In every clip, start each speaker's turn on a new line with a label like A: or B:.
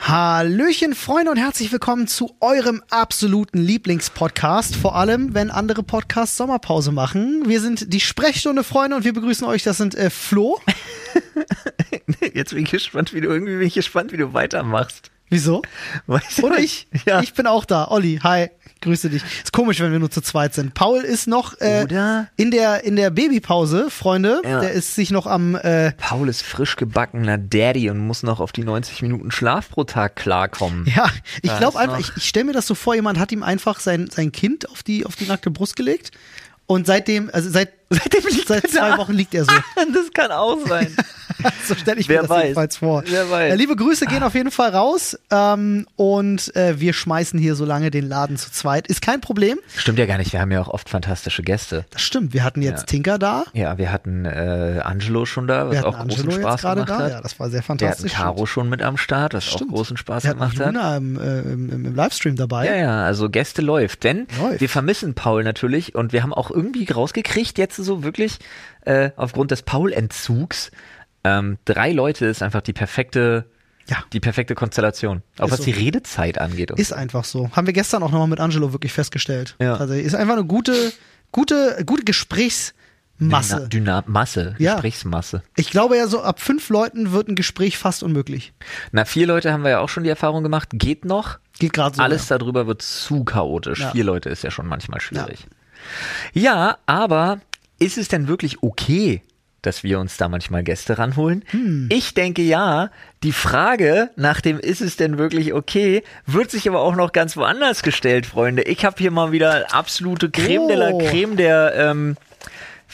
A: Hallöchen, Freunde, und herzlich willkommen zu eurem absoluten Lieblingspodcast. Vor allem, wenn andere Podcasts Sommerpause machen. Wir sind die Sprechstunde, Freunde, und wir begrüßen euch. Das sind äh, Flo.
B: Jetzt bin ich gespannt, wie du irgendwie bin ich gespannt, wie du weitermachst.
A: Wieso?
B: Weißt
A: Und ich?
B: Ja.
A: Ich bin auch da. Olli, hi. Grüße dich. Ist komisch, wenn wir nur zu zweit sind. Paul ist noch äh,
B: Oder?
A: in der in der Babypause, Freunde.
B: Ja.
A: Der ist sich noch am äh,
B: Paul ist frisch gebackener Daddy und muss noch auf die 90 Minuten Schlaf pro Tag klarkommen.
A: ja, ich
B: Da
A: glaube
B: ist
A: einfach,
B: noch-
A: ich, ich stelle mir das so vor, jemand hat ihm einfach sein, sein Kind auf die, auf die nackte Brust gelegt und seitdem, also seit,
B: Seitdem liegt
A: seit
B: er
A: zwei
B: da.
A: Wochen liegt er so.
B: Das kann auch sein.
A: So stelle ich mir
B: Wer
A: das
B: weiß.
A: jedenfalls vor.
B: Wer weiß.
A: Äh, Liebe Grüße gehen auf jeden Fall raus ähm, und äh, wir schmeißen hier so lange den Laden zu zweit. Ist kein Problem.
B: Stimmt ja gar nicht, wir haben ja auch oft fantastische Gäste.
A: Das stimmt, wir hatten jetzt Tinker da.
B: Ja, wir hatten äh, Angelo schon da, was
A: Wir hatten
B: auch großen
A: Angelo jetzt
B: Spaß
A: gerade
B: gemacht
A: da.
B: hat.
A: Ja, das war sehr
B: wir hatten
A: fantastisch.
B: Caro schon mit am Start, was auch großen Spaß
A: wir
B: gemacht
A: hatten
B: hat.
A: Juna im, äh, im, im, im Livestream dabei.
B: Ja, ja, also Gäste läuft. Denn
A: Läuft.
B: wir vermissen Paul natürlich und wir haben auch irgendwie rausgekriegt, jetzt so wirklich äh, aufgrund des Paul-Entzugs, ähm, drei Leute ist einfach die perfekte,
A: Ja.
B: die perfekte Konstellation. Auch
A: Ist
B: was
A: so.
B: die Redezeit angeht. Und
A: Ist einfach so. Haben wir gestern auch nochmal mit Angelo wirklich festgestellt.
B: Ja.
A: Tatsächlich. Ist einfach eine gute, gute, gute Gesprächsmasse.
B: Dyna Dyna- Masse,
A: Ja.
B: Gesprächsmasse.
A: Ich glaube ja so, ab fünf Leuten wird ein Gespräch fast unmöglich.
B: Na, vier Leute haben wir ja auch schon die Erfahrung gemacht, geht noch.
A: Geht gerade so.
B: Alles darüber wird zu chaotisch.
A: Ja.
B: Vier Leute ist ja schon manchmal schwierig. Ja. aber ist es denn wirklich okay, dass wir uns da manchmal Gäste ranholen?
A: Hm.
B: Ich denke ja. Die Frage nach dem ist es denn wirklich okay, wird sich aber auch noch ganz woanders gestellt, Freunde. Ich habe hier mal wieder absolute Creme de la
A: Oh.
B: Creme der ähm,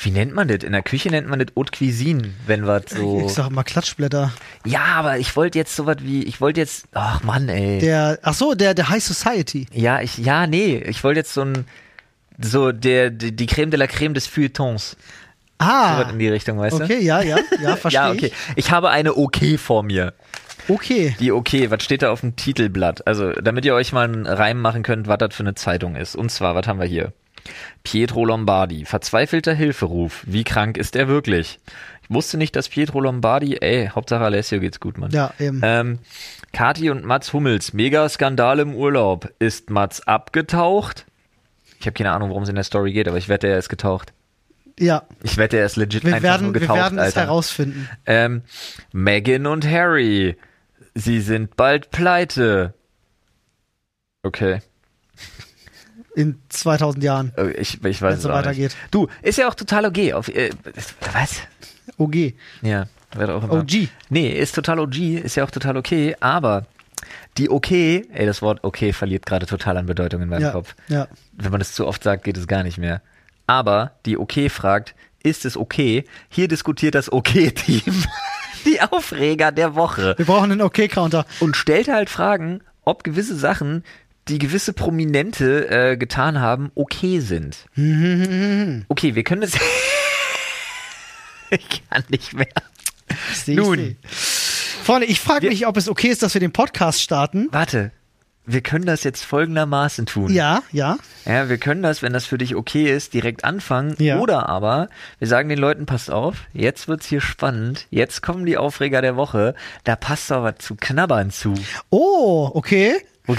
B: wie nennt man das? In der Küche nennt man das Haute Cuisine, wenn was so.
A: Ich sag mal Klatschblätter.
B: Ja, aber ich wollte jetzt sowas wie, ich wollte jetzt, ach Mann, ey.
A: Der, ach so, der, der High Society.
B: Ja, ich, ja, nee, ich wollte jetzt so ein, so der, die, die Creme de la Creme des Feuilletons.
A: Ah.
B: Sowas in die Richtung, weißt
A: Okay, ja, ja, ja,
B: du?
A: verstehe
B: Ja, okay. Ich habe eine OK vor mir.
A: ich. Okay.
B: Die OK, was steht da auf dem Titelblatt? Also, damit ihr euch mal einen Reim machen könnt, was das für eine Zeitung ist. Und zwar, was haben wir hier? Pietro Lombardi, verzweifelter Hilferuf. Wie krank ist er wirklich? Ich wusste nicht, dass Pietro Lombardi, ey, Hauptsache Alessio geht's gut, Mann.
A: Ja, eben.
B: Ähm, Kati und Mats Hummels, Mega-Skandal im Urlaub. Ist Mats abgetaucht? Ich habe keine Ahnung, worum es in der Story geht, aber ich wette, er ist getaucht.
A: Ja,
B: Ich wette, er ist legit
A: wir
B: einfach
A: werden,
B: nur
A: wir
B: getaucht,
A: werden es
B: Alter.
A: herausfinden.
B: Ähm, Megan und Harry, sie sind bald pleite. Okay,
A: In 2000 Jahren.
B: äh, ich, ich
A: Wenn's
B: weiß es
A: so
B: auch
A: weitergeht.
B: nicht. Du, ist ja auch total okay. Auf, äh, was?
A: OG.
B: Ja, wird auch immer.
A: OG.
B: Nee, ist total OG, ist ja auch total okay, aber die okay, ey, das Wort okay verliert gerade total an Bedeutung in meinem
A: Ja,
B: Kopf.
A: ja.
B: Wenn man das zu oft sagt, geht es gar nicht mehr. Aber die okay fragt, ist es okay? Hier diskutiert das okay-Team. Die Aufreger der Woche.
A: Wir brauchen einen OK-Counter.
B: Und stellt halt Fragen, ob gewisse Sachen, die gewisse Prominente äh, getan haben, okay sind. Okay, wir können das. ich kann nicht mehr.
A: Ich seh,
B: Nun.
A: Ich seh. Freunde, ich frage
B: Wir-
A: mich, ob es okay ist, dass wir den Podcast starten.
B: Warte, wir können das jetzt folgendermaßen tun.
A: Ja, ja.
B: Ja, wir können das, wenn das für dich okay ist, direkt anfangen.
A: Ja.
B: Oder aber wir sagen den Leuten, passt auf, jetzt wird's hier spannend, jetzt kommen die Aufreger der Woche, da passt doch was zu knabbern zu.
A: Oh, okay.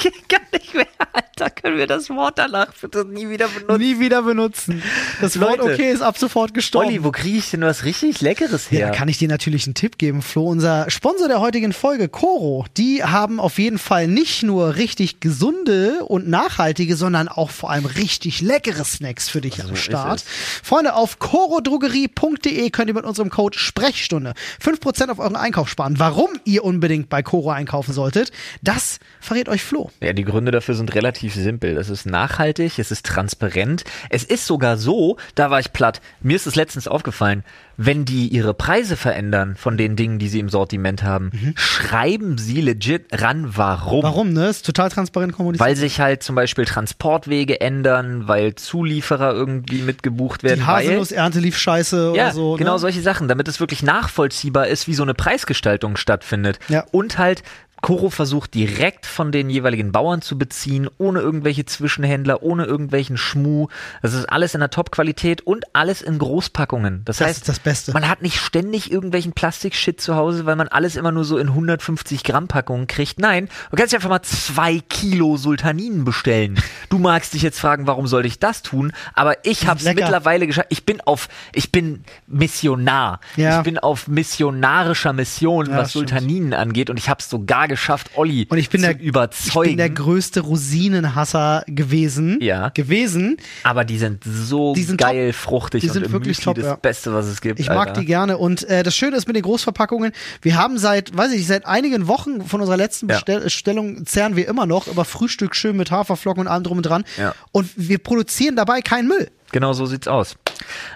B: Okay, kann nicht mehr, Alter, können wir das Wort danach bitte nie wieder benutzen.
A: Nie wieder benutzen. Das Wort
B: Leute.
A: okay ist ab sofort gestorben.
B: Olli, wo kriege ich denn was richtig Leckeres her?
A: Ja, da kann ich dir natürlich einen Tipp geben, Flo. Unser Sponsor der heutigen Folge, Coro, die haben auf jeden Fall nicht nur richtig gesunde und nachhaltige, sondern auch vor allem richtig leckere Snacks für dich am
B: ist
A: Start. Freunde, auf corodrogerie.de könnt ihr mit unserem Code Sprechstunde 5% auf euren Einkauf sparen. Warum ihr unbedingt bei Coro einkaufen solltet, das verrät euch Flo.
B: Ja, die Gründe dafür sind relativ simpel. Es ist nachhaltig, es ist transparent. Es ist sogar so, da war ich platt. Mir ist es letztens aufgefallen, wenn die ihre Preise verändern von den Dingen, die sie im Sortiment haben, schreiben sie legit ran, warum.
A: Mhm. Warum, ne? Ist total transparent kommuniziert.
B: Weil sich halt zum Beispiel Transportwege ändern, weil Zulieferer irgendwie mitgebucht werden.
A: Die
B: weil
A: Haselnuss-Ernte lief scheiße
B: ja,
A: oder so.
B: genau
A: ne?
B: solche Sachen, damit es wirklich nachvollziehbar ist, wie so eine Preisgestaltung stattfindet.
A: Ja.
B: Und halt Koro versucht direkt von den jeweiligen Bauern zu beziehen, ohne irgendwelche Zwischenhändler, ohne irgendwelchen Schmuh. Das ist alles in der Top-Qualität und alles in Großpackungen. Das,
A: Das
B: heißt,
A: ist das Beste.
B: man hat nicht ständig irgendwelchen Plastikshit zu Hause, weil man alles immer nur so in 150 Gramm Packungen kriegt. Nein, du kannst dir einfach mal zwei Kilo Sultaninen bestellen. Du magst dich jetzt fragen, warum sollte ich das tun? Aber ich habe es
A: Lecker.
B: mittlerweile geschafft. Ich bin auf, ich bin Missionar.
A: Ja.
B: Ich bin auf missionarischer Mission,
A: Ja,
B: was
A: stimmt.
B: Sultaninen angeht. Und ich habe es sogar geschafft, Olli
A: Und ich bin
B: zu
A: der,
B: überzeugen.
A: Ich bin der größte Rosinenhasser gewesen.
B: Ja.
A: Gewesen.
B: aber die sind so
A: Die sind
B: geil fruchtig
A: Die
B: und
A: sind
B: im
A: wirklich
B: Müsli
A: top,
B: das
A: ja.
B: Beste, was es gibt.
A: Ich mag
B: Alter.
A: die gerne. Und äh, das Schöne ist mit den Großverpackungen, wir haben seit, weiß ich, nicht, seit einigen Wochen von unserer letzten
B: Ja.
A: Bestell- Bestellung zehren wir immer noch über Frühstück schön mit Haferflocken und allem drum und dran.
B: Ja.
A: Und wir produzieren dabei keinen Müll.
B: Genau so sieht's aus.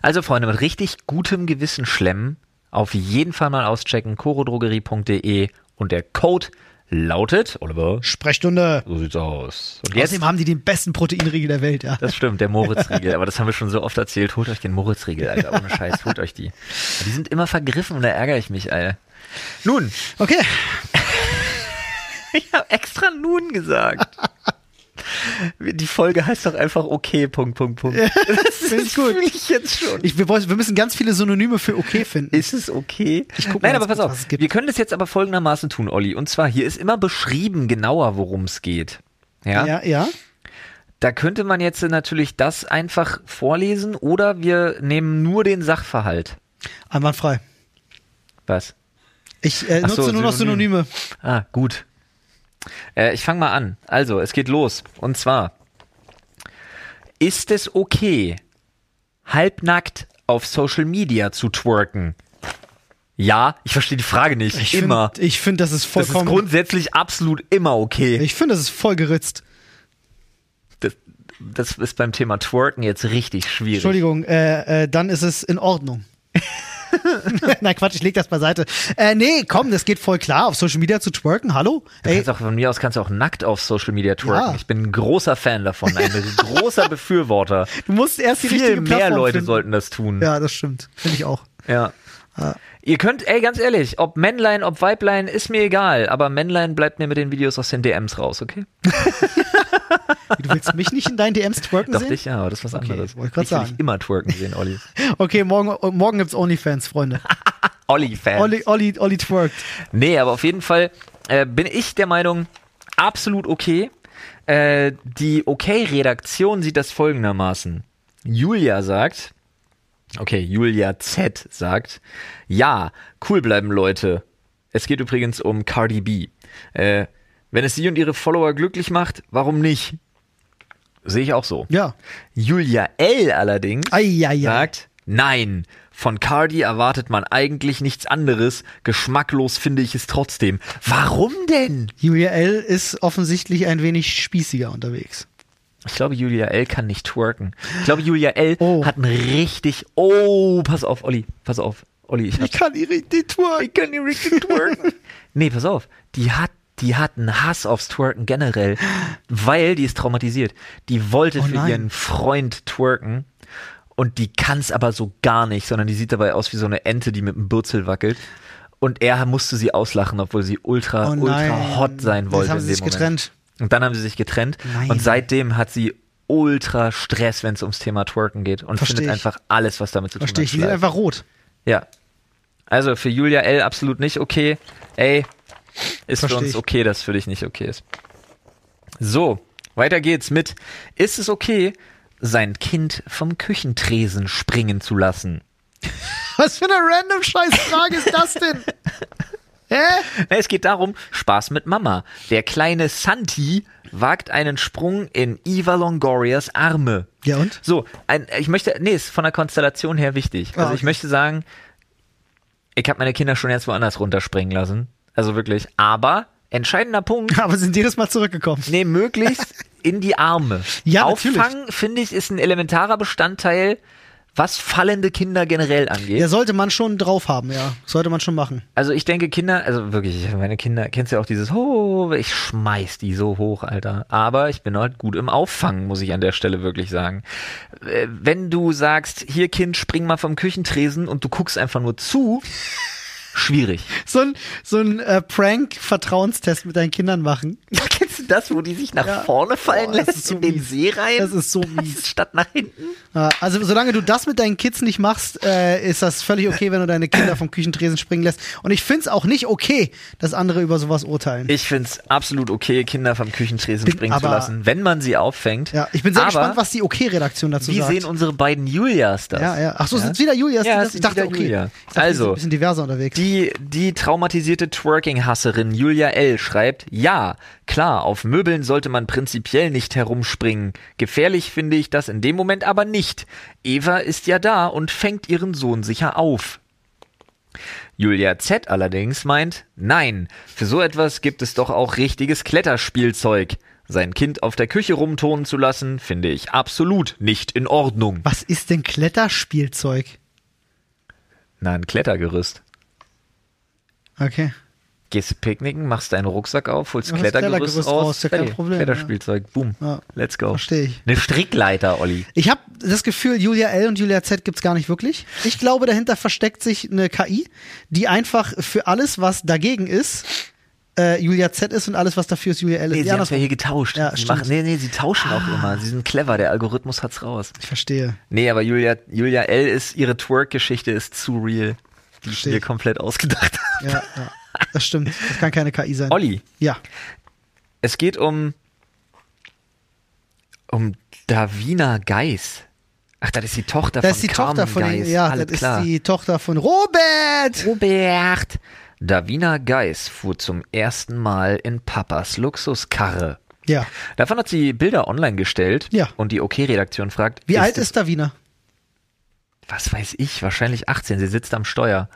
B: Also Freunde, mit richtig gutem Gewissen schlemmen, auf jeden Fall mal auschecken, chorodrogerie.de E. und der Code lautet, Oliver,
A: Sprechstunde.
B: so sieht's aus. Und jetzt,
A: Außerdem haben die den besten Proteinriegel der Welt, ja.
B: das stimmt, der Moritzriegel, aber das haben wir schon so oft erzählt, holt euch den Moritzriegel, Alter, ohne Scheiß, holt euch die. Die sind immer vergriffen und da ärgere ich mich, Alter. Nun,
A: Okay.
B: ich habe extra nun gesagt. Die Folge heißt doch einfach okay, Punkt, Punkt, Punkt. Das,
A: finde ich gut.
B: fühle ich jetzt schon.
A: Ich, wir, wollen- wir müssen ganz viele Synonyme für okay finden.
B: Ist es okay?
A: guck
B: Nein,
A: mal
B: aber
A: ganz kurz,
B: pass
A: was
B: auf.
A: es gibt.
B: Wir können das jetzt aber folgendermaßen tun, Olli. Und zwar, hier ist immer beschrieben genauer, worum es geht. Ja?
A: ja, ja.
B: Da könnte man jetzt natürlich das einfach vorlesen oder wir nehmen nur den Sachverhalt.
A: Einwandfrei.
B: Was?
A: Ich äh,
B: Ach
A: nutze
B: so,
A: nur noch
B: Synonym.
A: Synonyme.
B: Ah, gut. Äh, ich fange mal an. Also, es geht los. Und zwar, ist es okay, halbnackt auf Social Media zu twerken? Ja, ich verstehe die Frage nicht.
A: Ich
B: immer.
A: Find, ich finde, das ist
B: Das ist
A: vollkommen.
B: grundsätzlich absolut immer okay.
A: ich finde, das ist voll geritzt.
B: Das, das ist beim Thema Twerken jetzt richtig schwierig.
A: Entschuldigung, äh, äh, dann ist es in Ordnung. Nein, Quatsch, ich leg das beiseite. Äh, nee, komm, das geht voll klar. Auf Social Media zu twerken, hallo?
B: Du
A: Ey,
B: Kannst auch, von mir aus kannst du auch nackt auf Social Media twerken.
A: Ja.
B: Ich bin ein großer Fan davon, ein großer Befürworter.
A: du musst erst die
B: Viel
A: richtige
B: mehr
A: Plattform
B: Leute
A: finden.
B: sollten das tun.
A: Ja, das stimmt. Finde ich auch.
B: Ja.
A: Ah.
B: Ihr könnt, ey, ganz ehrlich, ob Männlein, ob Weiblein, ist mir egal, aber Männlein bleibt mir mit den Videos aus den DMs raus, okay?
A: Du willst mich nicht in deinen DMs twerken
B: Dachte
A: sehen?
B: ich, ja, aber das ist was anderes.
A: wollte ich grad
B: Dich will
A: sagen.
B: Ich immer twerken sehen, Olli.
A: Okay, morgen, morgen gibt's OnlyFans, Freunde.
B: Olli-Fan.
A: Olli, Olli, Olli twerkt.
B: Nee, aber auf jeden Fall äh, bin ich der Meinung, absolut okay. Äh, die Okay-Redaktion sieht das folgendermaßen. Julia sagt, okay, Julia Z sagt, ja, cool bleiben Leute. Es geht übrigens um Cardi B. Äh, wenn es sie und ihre Follower glücklich macht, warum nicht? Sehe ich auch so.
A: Ja.
B: Julia L allerdings
A: Eieiei.
B: sagt, nein, von Cardi erwartet man eigentlich nichts anderes. Geschmacklos finde ich es trotzdem. Warum denn?
A: Julia L. ist offensichtlich ein wenig spießiger unterwegs.
B: Ich glaube, Julia L kann nicht twerken. Ich glaube, Julia L
A: Oh.
B: hat ein richtig. Oh, pass auf, Olli, pass auf, Olli, ich, hab,
A: kann ihre Idee twerken.
B: ich kann nicht richtig twerken. nee, pass auf, die hat, die hat einen Hass aufs Twerken generell, weil die ist traumatisiert. Die wollte
A: Oh
B: für
A: nein.
B: ihren Freund twerken und die kann es aber so gar nicht, sondern die sieht dabei aus wie so eine Ente, die mit einem Bürzel wackelt. Und er musste sie auslachen, obwohl sie ultra,
A: Oh nein.
B: ultra hot sein
A: Jetzt
B: wollte.
A: haben
B: in
A: sie
B: dem
A: sich
B: Moment.
A: getrennt.
B: Und dann haben sie sich getrennt
A: Nein.
B: und seitdem hat sie ultra Stress, wenn es ums Thema Twerken geht und
A: Versteh
B: findet
A: ich.
B: einfach alles, was damit zu tun
A: Verstehe ich,
B: hat.
A: die sind
B: schlecht.
A: einfach rot.
B: Ja. Also für Julia L absolut nicht okay. Ey, ist
A: Versteh
B: für uns
A: ich.
B: okay, dass für dich nicht okay ist. So, weiter geht's mit Ist es okay, sein Kind vom Küchentresen springen zu lassen?
A: Was für eine random Scheißfrage ist das denn? Hä?
B: Na, Es geht darum, Spaß mit Mama. Der kleine Santi wagt einen Sprung in Eva Longorias Arme.
A: Ja, und?
B: So, ein, ich möchte, nee, ist von der Konstellation her wichtig. Also
A: Ah,
B: ich
A: okay.
B: möchte sagen, ich habe meine Kinder schon jetzt woanders runterspringen lassen. Also wirklich. Aber entscheidender Punkt,
A: Aber sind jedes Mal zurückgekommen.
B: nee, möglichst in die Arme.
A: Ja, natürlich.
B: Auffangen, finde ich, ist ein elementarer Bestandteil, was fallende Kinder generell angeht.
A: Ja, sollte man schon drauf haben, ja. Sollte man schon machen.
B: Also ich denke, Kinder, also wirklich, meine Kinder, kennst ja auch dieses, oh, ich schmeiß die so hoch, Alter. Aber ich bin halt gut im Auffangen, muss ich an der Stelle wirklich sagen. Äh, Wenn du sagst, hier Kind, spring mal vom Küchentresen und du guckst einfach nur zu, Schwierig.
A: So ein, so ein äh, Prank-Vertrauenstest mit deinen Kindern machen.
B: Kennst du das, wo die sich nach
A: Ja.
B: vorne fallen
A: Boah, das
B: lässt
A: ist so
B: in den
A: mies.
B: See rein?
A: Das ist so mies.
B: Statt nach hinten?
A: Ja, Also solange du das mit deinen Kids nicht machst, äh, ist das völlig okay, wenn du deine Kinder vom Küchentresen springen lässt. Und ich find's auch nicht okay, dass andere über sowas urteilen.
B: Ich finde es absolut okay, Kinder vom Küchentresen
A: Bin
B: springen zu
A: aber-
B: lassen, wenn man sie auffängt.
A: ja, ich bin sehr
B: aber
A: gespannt, was die Okay-Redaktion dazu
B: Wie
A: sagt.
B: sehen unsere beiden Julias das?
A: ja, ja. Ach so, sind's wieder Julias?
B: Ja,
A: die das-
B: es
A: ich
B: sind
A: dachte,
B: wieder
A: okay.
B: Julia.
A: Ich dachte, die sind
B: Also.
A: ein bisschen diverser unterwegs.
B: Die, die traumatisierte Twerking-Hasserin Julia L. schreibt, ja, klar, auf Möbeln sollte man prinzipiell nicht herumspringen. Gefährlich finde ich das in dem Moment aber nicht. Eva ist ja da und fängt ihren Sohn sicher auf. Julia Z. allerdings meint, nein, für so etwas gibt es doch auch richtiges Kletterspielzeug. Sein Kind auf der Küche rumtonen zu lassen, finde ich absolut nicht in Ordnung.
A: was ist denn Kletterspielzeug?
B: Na, ein Klettergerüst.
A: Okay.
B: Gehst du picknicken, machst deinen Rucksack auf, holst
A: Ja, holst
B: Klettergerüst
A: Klettergerüst
B: raus,
A: raus, ja, kein
B: fertig.
A: Problem,
B: Kletterspielzeug, boom,
A: Ja,
B: let's go.
A: versteh ich.
B: Eine Strickleiter, Olli.
A: Ich habe das Gefühl, Julia L und Julia Z gibt's gar nicht wirklich. Ich glaube, dahinter versteckt sich eine KI, die einfach für alles, was dagegen ist, äh, Julia Z ist und alles, was dafür ist, Julia L ist.
B: Nee,
A: Ja,
B: sie haben
A: andersrum.
B: ja hier getauscht.
A: Ja,
B: sie
A: stimmt. Ah.
B: machen, nee, nee, sie tauschen auch immer. Sie sind clever, der Algorithmus hat's raus.
A: ich verstehe.
B: Nee, aber Julia, Julia L. ist, ihre Twerk-Geschichte ist zu real. Die ich
A: Versteh
B: mir
A: ich.
B: komplett ausgedacht habe.
A: Ja, ja, das stimmt. Das kann keine KI sein.
B: Olli,
A: Ja.
B: es geht um, um Davina Geis. Ach, das ist die Tochter
A: Das
B: von
A: ist die
B: Carmen
A: Tochter von
B: Geis.
A: ja,
B: Alles
A: das
B: klar.
A: ist die Tochter von Robert.
B: Robert! Davina Geis fuhr zum ersten Mal in Papas Luxuskarre.
A: Ja.
B: Davon hat sie Bilder online gestellt
A: Ja.
B: und die OK-Redaktion fragt,
A: Wie alt
B: es-
A: ist Davina?
B: Was weiß ich, wahrscheinlich 18, sie sitzt am Steuer.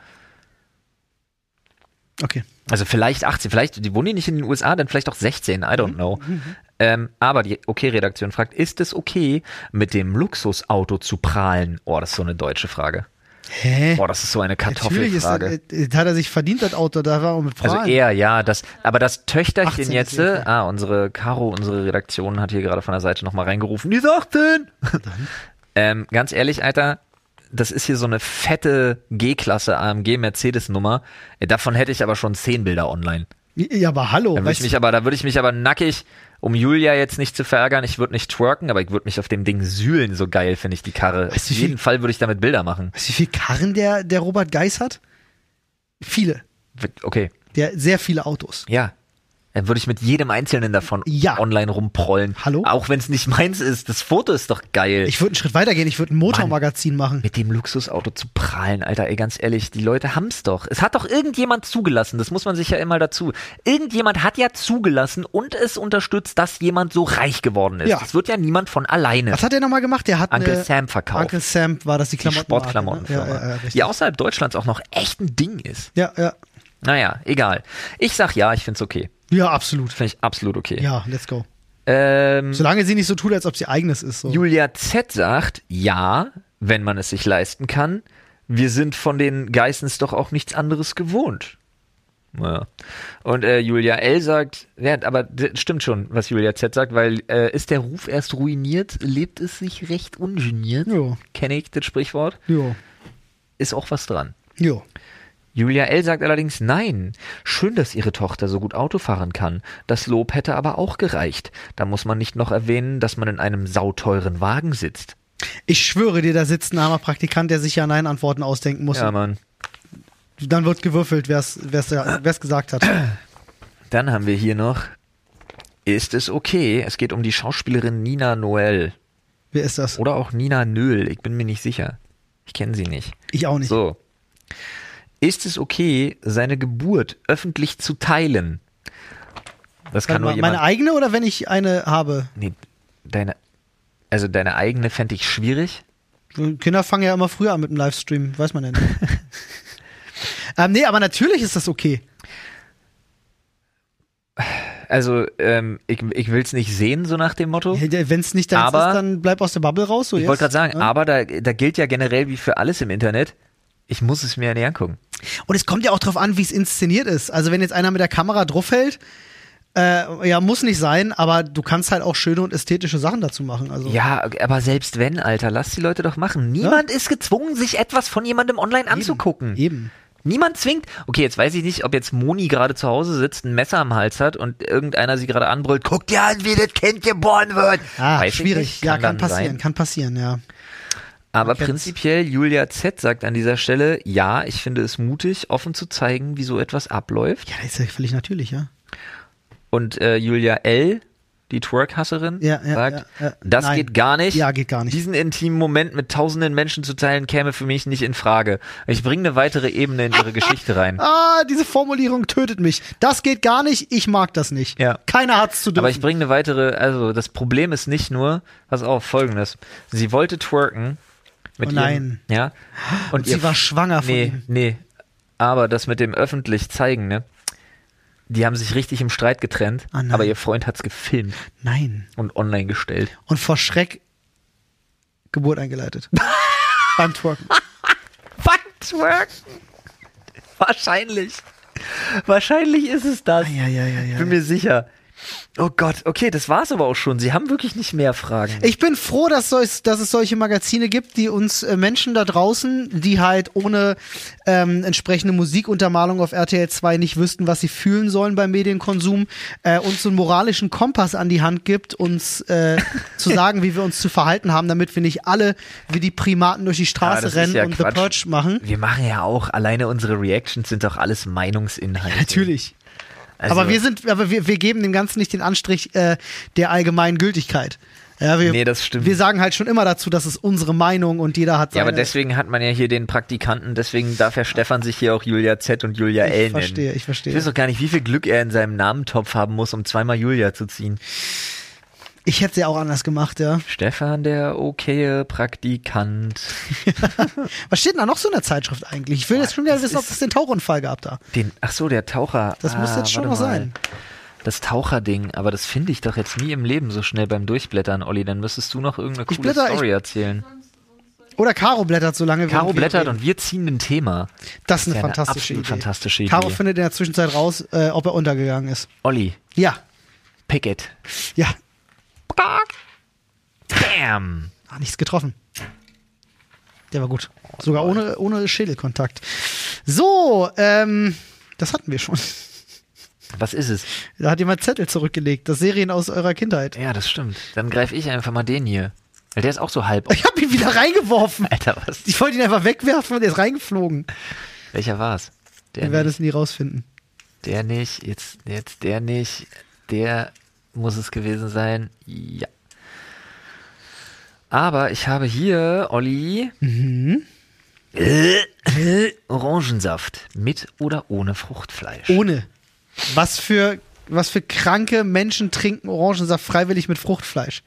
A: Okay.
B: Also vielleicht 18, vielleicht, die wohnen die nicht in den USA, dann vielleicht auch 16, I
A: Mhm.
B: don't know. Ähm, aber die OK-Redaktion fragt, ist es okay, mit dem Luxusauto zu prahlen? Oh, das ist so eine deutsche Frage.
A: Hä?
B: Oh, das ist so eine
A: Natürlich ist
B: Kartoffelfrage.
A: das, äh, hat er sich verdient, das Auto, da war er mit
B: Also
A: Prahlen.
B: eher, ja, das, aber das Töchterchen
A: 18
B: jetzt,
A: ist jedenfalls.
B: ah, unsere Caro, unsere Redaktion hat hier gerade von der Seite nochmal reingerufen, die ist 18! ähm, ganz ehrlich, Alter, das ist hier so eine fette G-Klasse AMG Mercedes-Nummer. Äh, Davon hätte ich aber schon 10 Bilder online.
A: ja, aber hallo.
B: Da würde ich
A: weißt du-
B: mich aber, da würde ich mich aber nackig, um Julia jetzt nicht zu verärgern, ich würde nicht twerken, aber ich würde mich auf dem Ding sühlen, so geil finde ich die Karre. Auf
A: Weißt du, wie-
B: jeden Fall würde ich damit Bilder machen.
A: Weißt du, wie viele Karren der, der Robert Geis hat? Viele.
B: Okay,
A: Der sehr viele Autos.
B: Ja. Dann würde ich mit jedem einzelnen davon
A: Ja.
B: online rumprollen.
A: Hallo?
B: Auch wenn es nicht meins ist. Das Foto ist doch geil.
A: Ich würde einen Schritt weitergehen, ich würde ein Motormagazin machen.
B: mit dem Luxusauto zu prahlen, Alter, ey, ganz ehrlich, die Leute haben's doch. Es hat doch irgendjemand zugelassen, das muss man sich ja immer dazu. Irgendjemand hat ja zugelassen und es unterstützt, dass jemand so reich geworden ist.
A: Ja.
B: Das wird ja niemand von alleine.
A: Was hat er nochmal gemacht? Der hat
B: Uncle
A: eine,
B: Sam verkauft.
A: Uncle Sam war das die
B: die
A: Klamotten.
B: Sportklamottenfirma.
A: Ne? Ja, ja, ja, richtig.
B: die außerhalb Deutschlands auch noch echt ein Ding ist.
A: ja, ja.
B: Naja, egal. Ich sag ja, ich find's okay.
A: Ja, absolut.
B: Finde ich absolut okay.
A: Ja, let's go.
B: Ähm,
A: Solange sie nicht so tut, als ob sie eigenes ist. So.
B: Julia Z sagt, ja, wenn man es sich leisten kann, wir sind von den Geissens doch auch nichts anderes gewohnt. Naja. Und äh, Julia L sagt, ja, aber d- stimmt schon, was Julia Z sagt, weil äh, ist der Ruf erst ruiniert, lebt es sich recht ungeniert.
A: Jo.
B: Kenne ich das Sprichwort?
A: Jo.
B: Ist auch was dran.
A: Jo.
B: Julia L. sagt allerdings nein. Schön, dass ihre Tochter so gut Auto fahren kann. Das Lob hätte aber auch gereicht. Da muss man nicht noch erwähnen, dass man in einem sauteuren Wagen sitzt.
A: Ich schwöre dir, da sitzt ein armer Praktikant, der sich ja Nein-Antworten ausdenken muss.
B: Ja, Mann.
A: Dann wird gewürfelt, wer es wer's, wer's gesagt hat.
B: Dann haben wir hier noch. Ist es okay? Es geht um die Schauspielerin Nina Noel.
A: Wer ist das?
B: Oder auch Nina Nöhl. Ich bin mir nicht sicher. Ich kenne sie nicht.
A: Ich auch nicht.
B: So. Ist es okay, seine Geburt öffentlich zu teilen? Das kann nur
A: Meine meine
B: jemand.
A: eigene oder wenn ich eine habe?
B: Nee, deine, also deine eigene fände ich schwierig.
A: Kinder fangen ja immer früher an mit dem Livestream, weiß man ja nicht. ähm, nee, aber natürlich ist das okay.
B: Also, ähm, ich, ich will es nicht sehen, so nach dem Motto.
A: Wenn es nicht deins ist,
B: Aber-
A: dann bleib aus der Bubble raus. So
B: Ich
A: jetzt.
B: wollte gerade sagen,
A: Ja.
B: aber da, da gilt ja generell wie für alles im Internet, ich muss es mir ja nicht angucken.
A: Und es kommt ja auch drauf an, wie es inszeniert ist. Also wenn jetzt einer mit der Kamera draufhält, äh, ja, muss nicht sein, aber du kannst halt auch schöne und ästhetische Sachen dazu machen. Also
B: Ja, aber selbst
A: Ne?
B: wenn, Alter, lass die Leute doch machen. Niemand ist gezwungen, sich etwas von jemandem online anzugucken.
A: eben.
B: Niemand zwingt. Okay, jetzt weiß ich nicht, ob jetzt Moni gerade zu Hause sitzt, ein Messer am Hals hat und irgendeiner sie gerade anbrüllt. Guck dir an, wie das Kind geboren wird.
A: Ah,
B: weiß ich
A: schwierig.
B: nicht,
A: ja, kann
B: dann
A: passieren,
B: sein.
A: kann passieren, ja.
B: Aber
A: Man kennt's.
B: prinzipiell, Julia Z sagt an dieser Stelle, ja, ich finde es mutig, offen zu zeigen, wie so etwas abläuft.
A: Ja, das ist ja völlig natürlich, ja.
B: Und äh, Julia L., die Twerk-Hasserin,
A: Ja, ja,
B: sagt,
A: ja, ja.
B: das
A: Nein.
B: geht gar nicht.
A: Ja, geht gar nicht.
B: Diesen intimen Moment mit tausenden Menschen zu teilen, käme für mich nicht in Frage. Ich bringe eine weitere Ebene in ihre Geschichte rein.
A: Ah, diese Formulierung tötet mich. Das geht gar nicht, ich mag das nicht.
B: Ja.
A: Keiner hat's zu dürfen.
B: Aber ich bringe eine weitere, also das Problem ist nicht nur, pass auf, folgendes. Sie wollte twerken. Mit
A: Oh
B: ihrem-
A: nein.
B: Ja. Und,
A: sie
B: ihr-
A: war schwanger von
B: Nee,
A: ihm.
B: nee. Aber das mit dem öffentlich zeigen, ne? Die haben sich richtig im Streit getrennt,
A: Ah, nein.
B: aber ihr Freund hat's gefilmt
A: Nein.
B: und online gestellt.
A: Und vor Schreck Geburt eingeleitet. Beim Twerken.
B: Fuck twerken! Wahrscheinlich. Wahrscheinlich ist es das.
A: Ja, ja, ja, ja.
B: Bin mir sicher. Oh Gott, okay, das war's aber auch schon. Sie haben wirklich nicht mehr Fragen.
A: Ich bin froh, dass, solch, dass es solche Magazine gibt, die uns äh, Menschen da draußen, die halt ohne ähm, entsprechende Musikuntermalung auf RTL 2 nicht wüssten, was sie fühlen sollen beim Medienkonsum, äh, uns so einen moralischen Kompass an die Hand gibt, uns äh, zu sagen, wie wir uns zu verhalten haben, damit wir nicht alle wie die Primaten durch die
B: Ja,
A: Straße
B: das ist
A: rennen
B: ja
A: und
B: Quatsch.
A: The Purge machen.
B: Wir machen ja auch, alleine unsere Reactions sind doch alles Meinungsinhalte.
A: Natürlich.
B: Also,
A: aber wir sind, aber wir, wir geben dem Ganzen nicht den Anstrich äh, der allgemeinen Gültigkeit. Ja, wir,
B: Nee, das stimmt.
A: Wir sagen halt schon immer dazu, das ist unsere Meinung und jeder hat
B: Ja,
A: seine.
B: aber deswegen hat man ja hier den Praktikanten, deswegen darf Herr Stefan sich hier auch Julia Z und Julia L nennen.
A: verstehe, ich verstehe.
B: Ich weiß doch gar nicht, wie viel Glück er in seinem Namentopf haben muss, um zweimal Julia zu ziehen.
A: Ich hätte es ja auch anders gemacht, ja.
B: Stefan, der okaye Praktikant.
A: Was steht denn da noch so in der Zeitschrift eigentlich? Ich will jetzt schon wieder
B: das
A: wissen, ob
B: ist-
A: es den Tauchunfall gab da.
B: Den, ach so, der Taucher.
A: Das
B: ah,
A: muss jetzt schon
B: warte
A: noch
B: mal.
A: sein.
B: Das Taucherding, aber das finde ich doch jetzt nie im Leben so schnell beim Durchblättern, Olli. Dann müsstest du noch irgendeine coole
A: blätter- ich-
B: Story erzählen.
A: Oder Caro blättert so lange.
B: Caro
A: während wir
B: blättert
A: reden.
B: und wir ziehen ein Thema.
A: Das ist eine
B: Ja, eine
A: fantastische
B: absolut
A: Idee.
B: fantastische Idee.
A: Caro findet in der Zwischenzeit raus, äh, ob er untergegangen ist.
B: Olli,
A: Ja,
B: pick it.
A: ja.
B: Bam!
A: Ah, nichts getroffen. Der war gut. Sogar ohne, ohne Schädelkontakt. So, ähm, das hatten wir schon.
B: Was ist es?
A: Da hat jemand Zettel zurückgelegt. Das Serien aus eurer Kindheit.
B: Ja, das stimmt. Dann greife ich einfach mal den hier. Weil der ist auch so halb.
A: Ich hab ihn wieder reingeworfen.
B: Alter, was?
A: Ich wollte ihn einfach wegwerfen und er ist reingeflogen.
B: Welcher war's? Der
A: Wir werden
B: nicht,
A: es nie rausfinden.
B: der nicht, jetzt, jetzt der nicht, der muss es gewesen sein. Ja. Aber ich habe hier, Olli,
A: Mhm.
B: äh, Orangensaft mit oder ohne Fruchtfleisch.
A: Ohne. Was für, was für kranke Menschen trinken Orangensaft freiwillig mit Fruchtfleisch?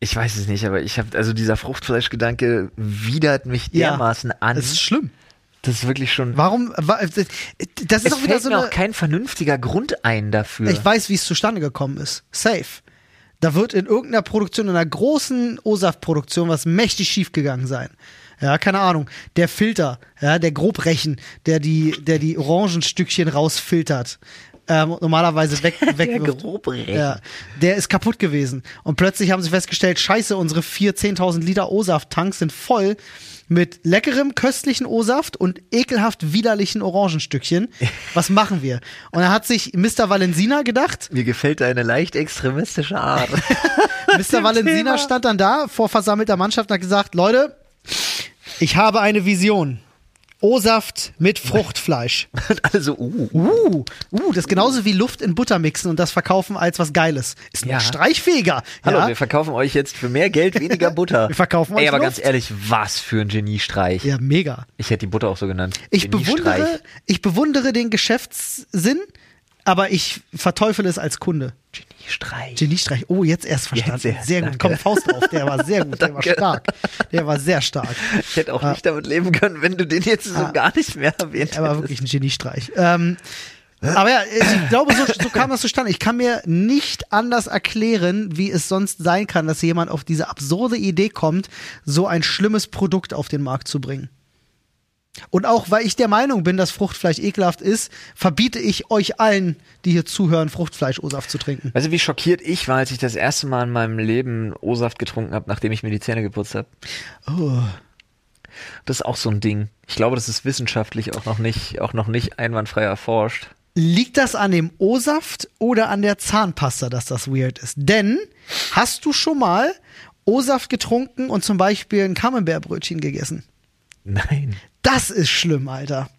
B: Ich weiß es nicht, aber ich habe, also dieser Fruchtfleischgedanke widert mich
A: Ja.
B: dermaßen an.
A: Das ist schlimm.
B: das ist wirklich schon.
A: Warum? wa- Das ist
B: Es
A: auch wieder
B: fällt
A: so
B: mir
A: eine.
B: auch kein vernünftiger Grund ein dafür.
A: Ich weiß, wie es zustande gekommen ist. Safe. Da wird in irgendeiner Produktion, in einer großen OSAF-Produktion, was mächtig schiefgegangen sein. Ja, keine Ahnung. Der Filter, ja, der Grobrechen, der die, der die Orangenstückchen rausfiltert. Ähm, und normalerweise weg,
B: Der
A: wegwirft.
B: Grobrechen.
A: Ja, der ist kaputt gewesen. Und plötzlich haben sie festgestellt, scheiße, unsere vier 10.000 Liter O-Saft-Tanks sind voll mit leckerem, köstlichen O-Saft und ekelhaft widerlichen Orangenstückchen. Was machen wir? Und da hat sich Mr. Valensina gedacht.
B: Mir gefällt deine leicht extremistische Art.
A: Mr. Valensina
B: Thema.
A: stand dann da vor versammelter Mannschaft und hat gesagt, Leute, ich habe eine Vision. O-Saft mit Fruchtfleisch.
B: Und alle so, uh.
A: Uh, uh, das ist genauso wie Luft in Butter mixen und das verkaufen als was Geiles. Ist ein
B: Ja.
A: Streichfeger.
B: Hallo,
A: ja.
B: wir verkaufen euch jetzt für mehr Geld weniger Butter.
A: Wir verkaufen
B: Ey,
A: euch
B: aber
A: Luft.
B: ganz ehrlich, was für ein Geniestreich.
A: ja, mega.
B: Ich hätte die Butter auch so genannt.
A: Ich
B: Geniestreich.
A: bewundere, ich bewundere den Geschäftssinn, aber ich verteufele es als Kunde.
B: Geniestreich.
A: Geniestreich. Oh, jetzt erst verstanden.
B: Jetzt erst,
A: sehr
B: danke.
A: gut. Komm, Faust drauf. Der war sehr gut. Der war
B: Danke.
A: stark. Der war sehr stark.
B: Ich hätte auch nicht damit leben können, wenn du den jetzt so gar nicht mehr erwähnt
A: Er war
B: hättest.
A: wirklich ein Geniestreich. Ähm, aber ja, ich glaube, so, so kam das zustande. Ich kann mir nicht anders erklären, wie es sonst sein kann, dass jemand auf diese absurde Idee kommt, so ein schlimmes Produkt auf den Markt zu bringen. Und auch weil ich der Meinung bin, dass Fruchtfleisch ekelhaft ist, verbiete ich euch allen, die hier zuhören, Fruchtfleisch-O-Saft zu trinken.
B: Weißt du, wie schockiert ich war, als ich das erste Mal in meinem Leben O-Saft getrunken habe, nachdem ich mir die Zähne geputzt habe?
A: Oh.
B: Das ist auch so ein Ding. Ich glaube, das ist wissenschaftlich auch noch nicht, auch noch nicht einwandfrei erforscht.
A: Liegt das an dem O-Saft oder an der Zahnpasta, dass das weird ist? Denn hast du schon mal O-Saft getrunken und zum Beispiel ein Camembert-Brötchen gegessen?
B: Nein.
A: Das ist schlimm, Alter.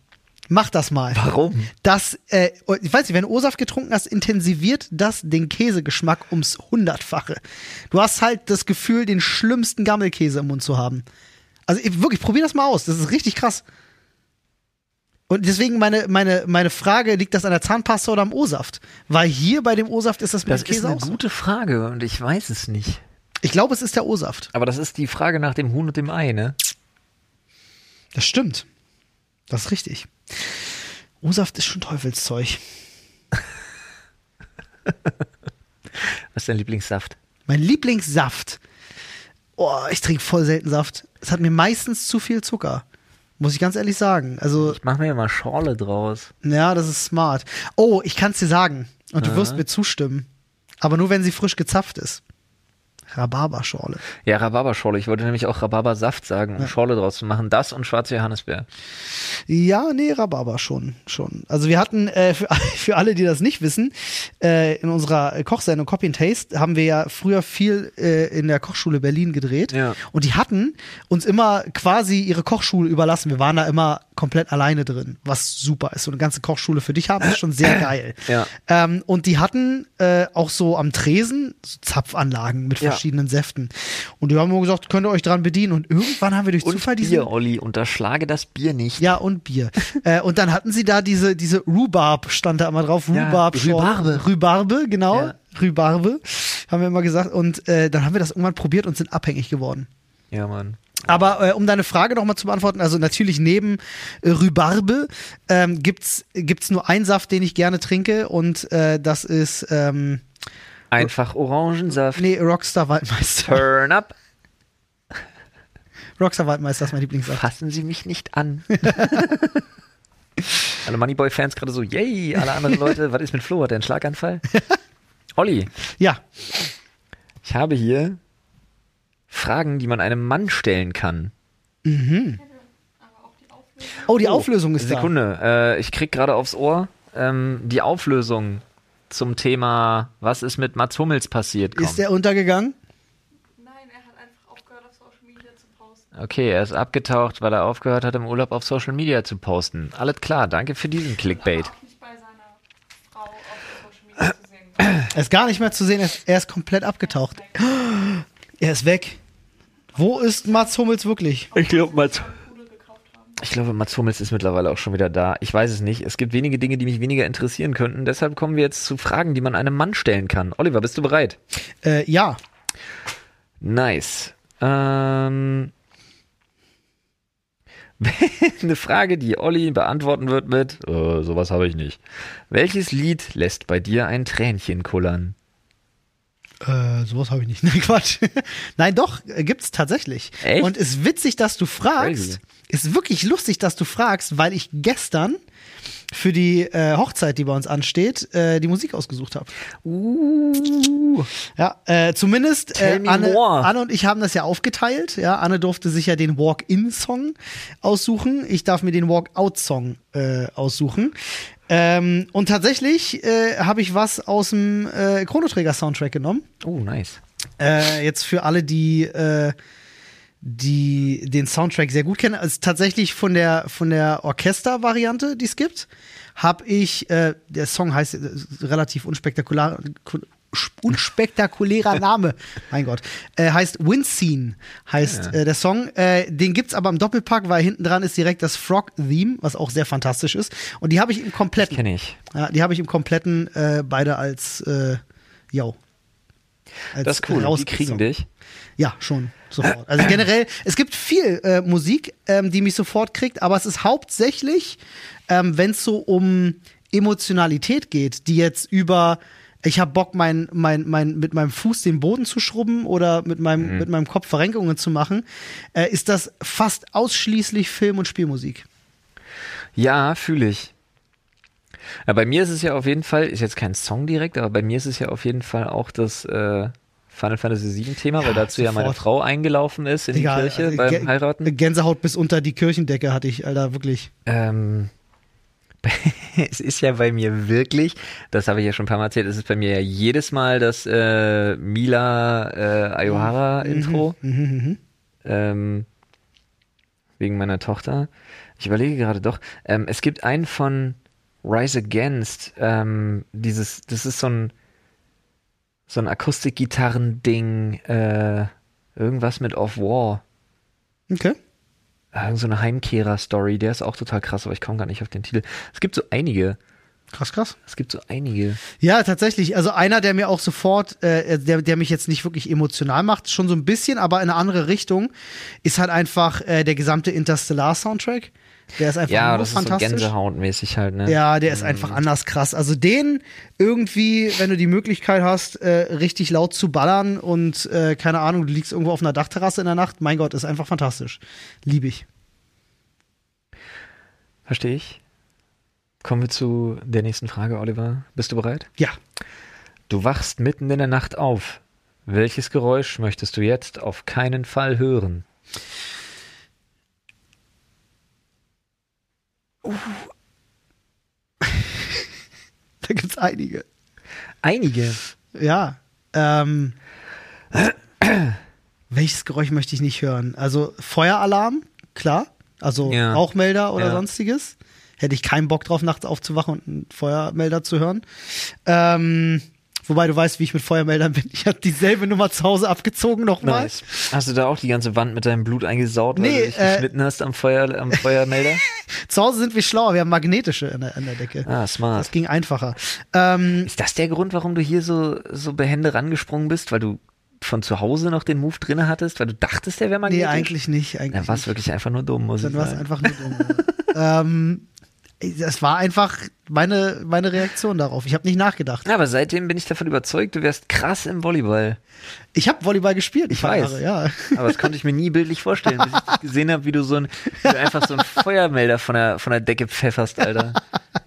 A: Mach das mal.
B: Warum?
A: Das, äh, ich weiß nicht, wenn du O-Saft getrunken hast, intensiviert das den Käsegeschmack ums Hundertfache. Du hast halt das Gefühl, den schlimmsten Gammelkäse im Mund zu haben. Also ich- wirklich, probier das mal aus. Das ist richtig krass. Und deswegen meine, meine, meine Frage, liegt das an der Zahnpasta oder am O-Saft? Weil hier bei dem O-Saft ist das mit
B: Das
A: dem Käse
B: ist eine
A: auch so.
B: gute Frage und ich weiß es nicht.
A: Ich glaube, es ist der O-Saft.
B: Aber das ist die Frage nach dem Huhn und dem Ei, ne?
A: Das stimmt. Das ist richtig. O-Saft ist schon Teufelszeug.
B: Was ist dein Lieblingssaft?
A: Mein Lieblingssaft. Oh, ich trinke voll selten Saft. Es hat mir meistens zu viel Zucker. Muss ich ganz ehrlich sagen. Also,
B: Ich mache mir immer Schorle draus.
A: ja, das ist smart. Oh, ich kann's dir sagen. Und du wirst mir zustimmen. Aber nur, wenn sie frisch gezapft ist. Rhabarberschorle.
B: Ja, Rhabarberschorle. Ich wollte nämlich auch Rhabarbersaft sagen, um Schorle draus zu machen. Das und schwarze Johannisbeer.
A: Ja, nee, Rhabarber schon, schon. Also wir hatten, äh, für, für alle, die das nicht wissen, äh, in unserer Kochsendung Copy and Taste haben wir ja früher viel äh, in der Kochschule Berlin gedreht.
B: Ja.
A: Und die hatten uns immer quasi ihre Kochschule überlassen. Wir waren da immer komplett alleine drin, was super ist. So eine ganze Kochschule für dich haben ist schon sehr geil.
B: Ja.
A: Ähm, und die hatten äh, auch so am Tresen so Zapfanlagen mit
B: Ja.
A: verschiedenen Säften. Und die haben immer gesagt, könnt ihr euch dran bedienen. Und irgendwann haben wir durch
B: Und
A: Zufall diesen
B: Bier, Olli. Unterschlage das Bier nicht.
A: ja, und Bier. äh, und dann hatten sie da diese, diese Rhubarb, stand da immer drauf.
B: Ja,
A: Rhubarb, Schorle.
B: Rhubarbe.
A: Rhubarbe, genau.
B: Ja.
A: Rhubarbe, haben wir immer gesagt. Und äh, dann haben wir das irgendwann probiert und sind abhängig geworden.
B: Ja, Mann.
A: Aber äh, um deine Frage nochmal zu beantworten, also natürlich neben äh, Rhubarbe ähm, gibt's gibt's nur einen Saft, den ich gerne trinke. Und äh, das ist, ähm,
B: Einfach Orangensaft.
A: nee, Rockstar Waldmeister.
B: Turn up.
A: Rockstar Waldmeister ist mein Lieblingssaft.
B: Fassen Sie mich nicht an. Alle Moneyboy-Fans gerade so, yay, alle anderen Leute, was ist mit Flo? Hat er einen Schlaganfall? Olli,
A: Ja,
B: ich habe hier Fragen, die man einem Mann stellen kann.
A: oh, die Auflösung ist
B: Sekunde, äh, ich krieg gerade aufs Ohr ähm, die Auflösung zum Thema, was ist mit Mats Hummels passiert?
A: da.
B: Komm.
A: Ist der untergegangen?
C: Nein, er hat einfach aufgehört, auf Social Media zu posten.
B: okay, er ist abgetaucht, weil er aufgehört hat, im Urlaub auf Social Media zu posten. Alles klar, danke für diesen Clickbait.
C: Auch nicht bei seiner Frau auf Social Media zu sehen. war.
A: Er ist gar nicht mehr zu sehen, er ist, er ist komplett abgetaucht. Er ist weg. Wo ist Mats Hummels wirklich?
B: Ich glaube, Mats
C: Pudel gekauft haben.
B: Ich glaube, Mats Hummels ist mittlerweile auch schon wieder da. Ich weiß es nicht. Es gibt wenige Dinge, die mich weniger interessieren könnten. Deshalb kommen wir jetzt zu Fragen, die man einem Mann stellen kann. Oliver, bist du bereit?
A: Äh, ja.
B: Nice. Ähm, eine Frage, die Olli beantworten wird mit, äh, sowas habe ich nicht. Welches Lied lässt bei dir ein Tränchen kullern?
A: Äh, sowas habe ich nicht. Nein, Quatsch. Nein, doch, äh, gibt's tatsächlich.
B: Echt?
A: Und ist witzig, dass du fragst.
B: Crazy.
A: Ist wirklich lustig, dass du fragst, weil ich gestern für die äh, Hochzeit, die bei uns ansteht, äh, die Musik ausgesucht habe.
B: Uh,
A: Ja, äh, zumindest äh,
B: Tell me
A: Anne,
B: more.
A: Anne und ich haben das ja aufgeteilt. Ja, Anne durfte sich ja den Walk-In-Song aussuchen. Ich darf mir den Walk-Out-Song äh, aussuchen. Ähm, und tatsächlich äh, habe ich was aus dem äh, Chronoträger-Soundtrack genommen.
B: oh, nice.
A: Äh, jetzt für alle, die, äh, die den Soundtrack sehr gut kennen, also tatsächlich von der von der Orchester-Variante, die es gibt, habe ich, äh, der Song heißt äh, relativ unspektakular, ku- sch- unspektakulärer Name, mein Gott, äh, heißt Windscene, heißt äh, der Song. Äh, den gibt's aber im Doppelpack, weil hinten dran ist direkt das Frog-Theme, was auch sehr fantastisch ist. Und die habe ich im kompletten,
B: Kenne ich.
A: ja, die habe ich im kompletten äh, beide als, äh, yo. Als
B: Das ist cool. Die kriegen
A: rausgezogen.
B: dich.
A: Ja, schon. Sofort. Also generell, es gibt viel äh, Musik, ähm, die mich sofort kriegt, aber es ist hauptsächlich, ähm, wenn es so um Emotionalität geht, die jetzt über ich habe Bock, mein, mein, mein, mit meinem Fuß den Boden zu schrubben oder mit meinem,
B: Mhm.
A: mit meinem Kopf Verrenkungen zu machen, äh, ist das fast ausschließlich Film- und Spielmusik.
B: Ja, fühle ich. Ja, bei mir ist es ja auf jeden Fall, ist jetzt kein Song direkt, aber bei mir ist es ja auf jeden Fall auch das äh, Final Fantasy VII Thema, weil
A: Ja,
B: dazu ja meine
A: sofort.
B: Frau eingelaufen ist in
A: Digga,
B: die Kirche
A: also
B: beim
A: Gä-
B: Heiraten.
A: Gänsehaut bis unter die Kirchendecke hatte ich, Alter, wirklich.
B: Ähm, es ist ja bei mir wirklich, das habe ich ja schon ein paar Mal erzählt, es ist bei mir ja jedes Mal das äh, Mila äh, Ayohara-Intro. Ähm, wegen meiner Tochter. Ich überlege gerade doch. Ähm, es gibt einen von Rise Against. Ähm, dieses, das ist so ein so ein Akustikgitarren-Ding. Äh, irgendwas mit Off War.
A: Okay.
B: Ah, Irgend so eine Heimkehrer-Story, der ist auch total krass, aber ich komme gar nicht auf den Titel. Es gibt so einige.
A: Krass, krass.
B: Es gibt so einige.
A: Ja, tatsächlich. Also einer, der mir auch sofort, äh, der, der mich jetzt nicht wirklich emotional macht, schon so ein bisschen, aber in eine andere Richtung, ist halt einfach äh, der gesamte Interstellar-Soundtrack. Der ist einfach
B: Ja,
A: nur
B: das ist so
A: fantastisch.
B: Gänsehautmäßig halt, ne?
A: ja, der ist einfach anders krass. Also den irgendwie, wenn du die Möglichkeit hast, äh, richtig laut zu ballern und äh, keine Ahnung, du liegst irgendwo auf einer Dachterrasse in der Nacht, mein Gott, ist einfach fantastisch. Lieb ich.
B: Verstehe ich. Kommen wir zu der nächsten Frage, Oliver. Bist du bereit?
A: Ja.
B: Du wachst mitten in der Nacht auf. Welches Geräusch möchtest du jetzt auf keinen Fall hören?
A: Da gibt's einige.
B: Einige.
A: Ja. Ähm, welches Geräusch möchte ich nicht hören? Also Feueralarm, klar. Also
B: Ja.
A: Rauchmelder oder
B: Ja.
A: sonstiges. Hätte ich keinen Bock drauf, nachts aufzuwachen und einen Feuermelder zu hören. Ähm, wobei du weißt, wie ich mit Feuermeldern bin. Ich habe dieselbe Nummer zu Hause abgezogen nochmal.
B: Hast du da auch die ganze Wand mit deinem Blut eingesaut, weil
A: Nee,
B: du dich
A: äh,
B: geschnitten hast am, Feuer, am Feuermelder?
A: Zu Hause sind wir schlauer, wir haben magnetische an der, an der Decke.
B: Ah,
A: Das
B: smart.
A: ging einfacher. Ähm,
B: Ist das der Grund, warum du hier so, so behende rangesprungen bist? Weil du von zu Hause noch den Move drinne hattest? Weil du dachtest, der wäre mal
A: nee, eigentlich nicht. Eigentlich
B: Dann war es
A: nicht.
B: wirklich einfach nur dumm, muss
A: Dann
B: ich
A: war es
B: sagen.
A: einfach nur dumm. ja. ähm, das war einfach meine, meine Reaktion darauf. Ich habe nicht nachgedacht.
B: Ja, aber seitdem bin ich davon überzeugt, du wärst krass im Volleyball.
A: Ich habe Volleyball gespielt.
B: Ich
A: ein paar
B: weiß.
A: Jahre, ja.
B: Aber das konnte ich mir nie bildlich vorstellen, bis ich dich gesehen habe, wie du so ein, wie du einfach so einen Feuermelder von der, von der Decke pfefferst, Alter.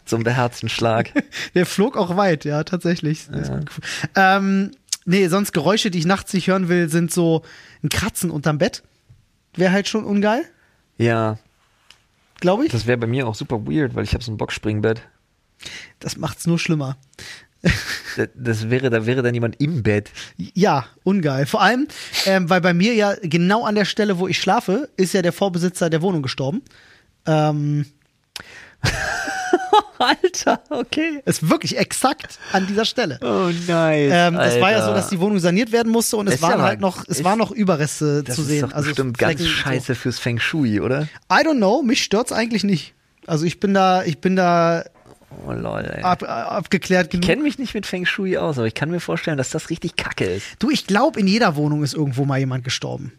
B: So einen beherzten Schlag.
A: Der flog auch weit, ja, tatsächlich. Ist gut gefl- Ähm, nee, sonst Geräusche, die ich nachts nicht hören will, sind so ein Kratzen unterm Bett. Wäre halt schon ungeil,
B: Ja,
A: glaube ich. Das,
B: das wäre bei mir auch super weird, weil ich habe so ein Boxspringbett.
A: macht's nur schlimmer.
B: Das, das wäre, da wäre dann jemand im Bett.
A: Ja, ungeil. Vor allem, ähm, weil bei mir ja genau an der Stelle, wo ich schlafe, ist ja der Vorbesitzer der Wohnung gestorben. Ähm,
B: Alter, okay.
A: ist wirklich exakt an dieser Stelle.
B: Oh, nice.
A: Ähm, es war ja so,
B: Alter.
A: dass die Wohnung saniert werden musste und es
B: Ist ja
A: waren
B: aber-
A: halt noch, es
B: ist-
A: waren noch Überreste
B: das
A: zu
B: ist
A: sehen.
B: Doch
A: also
B: bestimmt ganz
A: Flecken und so.
B: scheiße fürs Feng Shui, oder?
A: I don't know, mich stört's eigentlich nicht. Also ich bin da, ich bin da
B: Oh lol, ey.
A: ab, abgeklärt
B: Ich
A: genug.
B: kenne mich nicht mit Feng Shui aus, aber ich kann mir vorstellen, dass das richtig kacke ist.
A: du, ich glaube, in jeder Wohnung ist irgendwo mal jemand gestorben.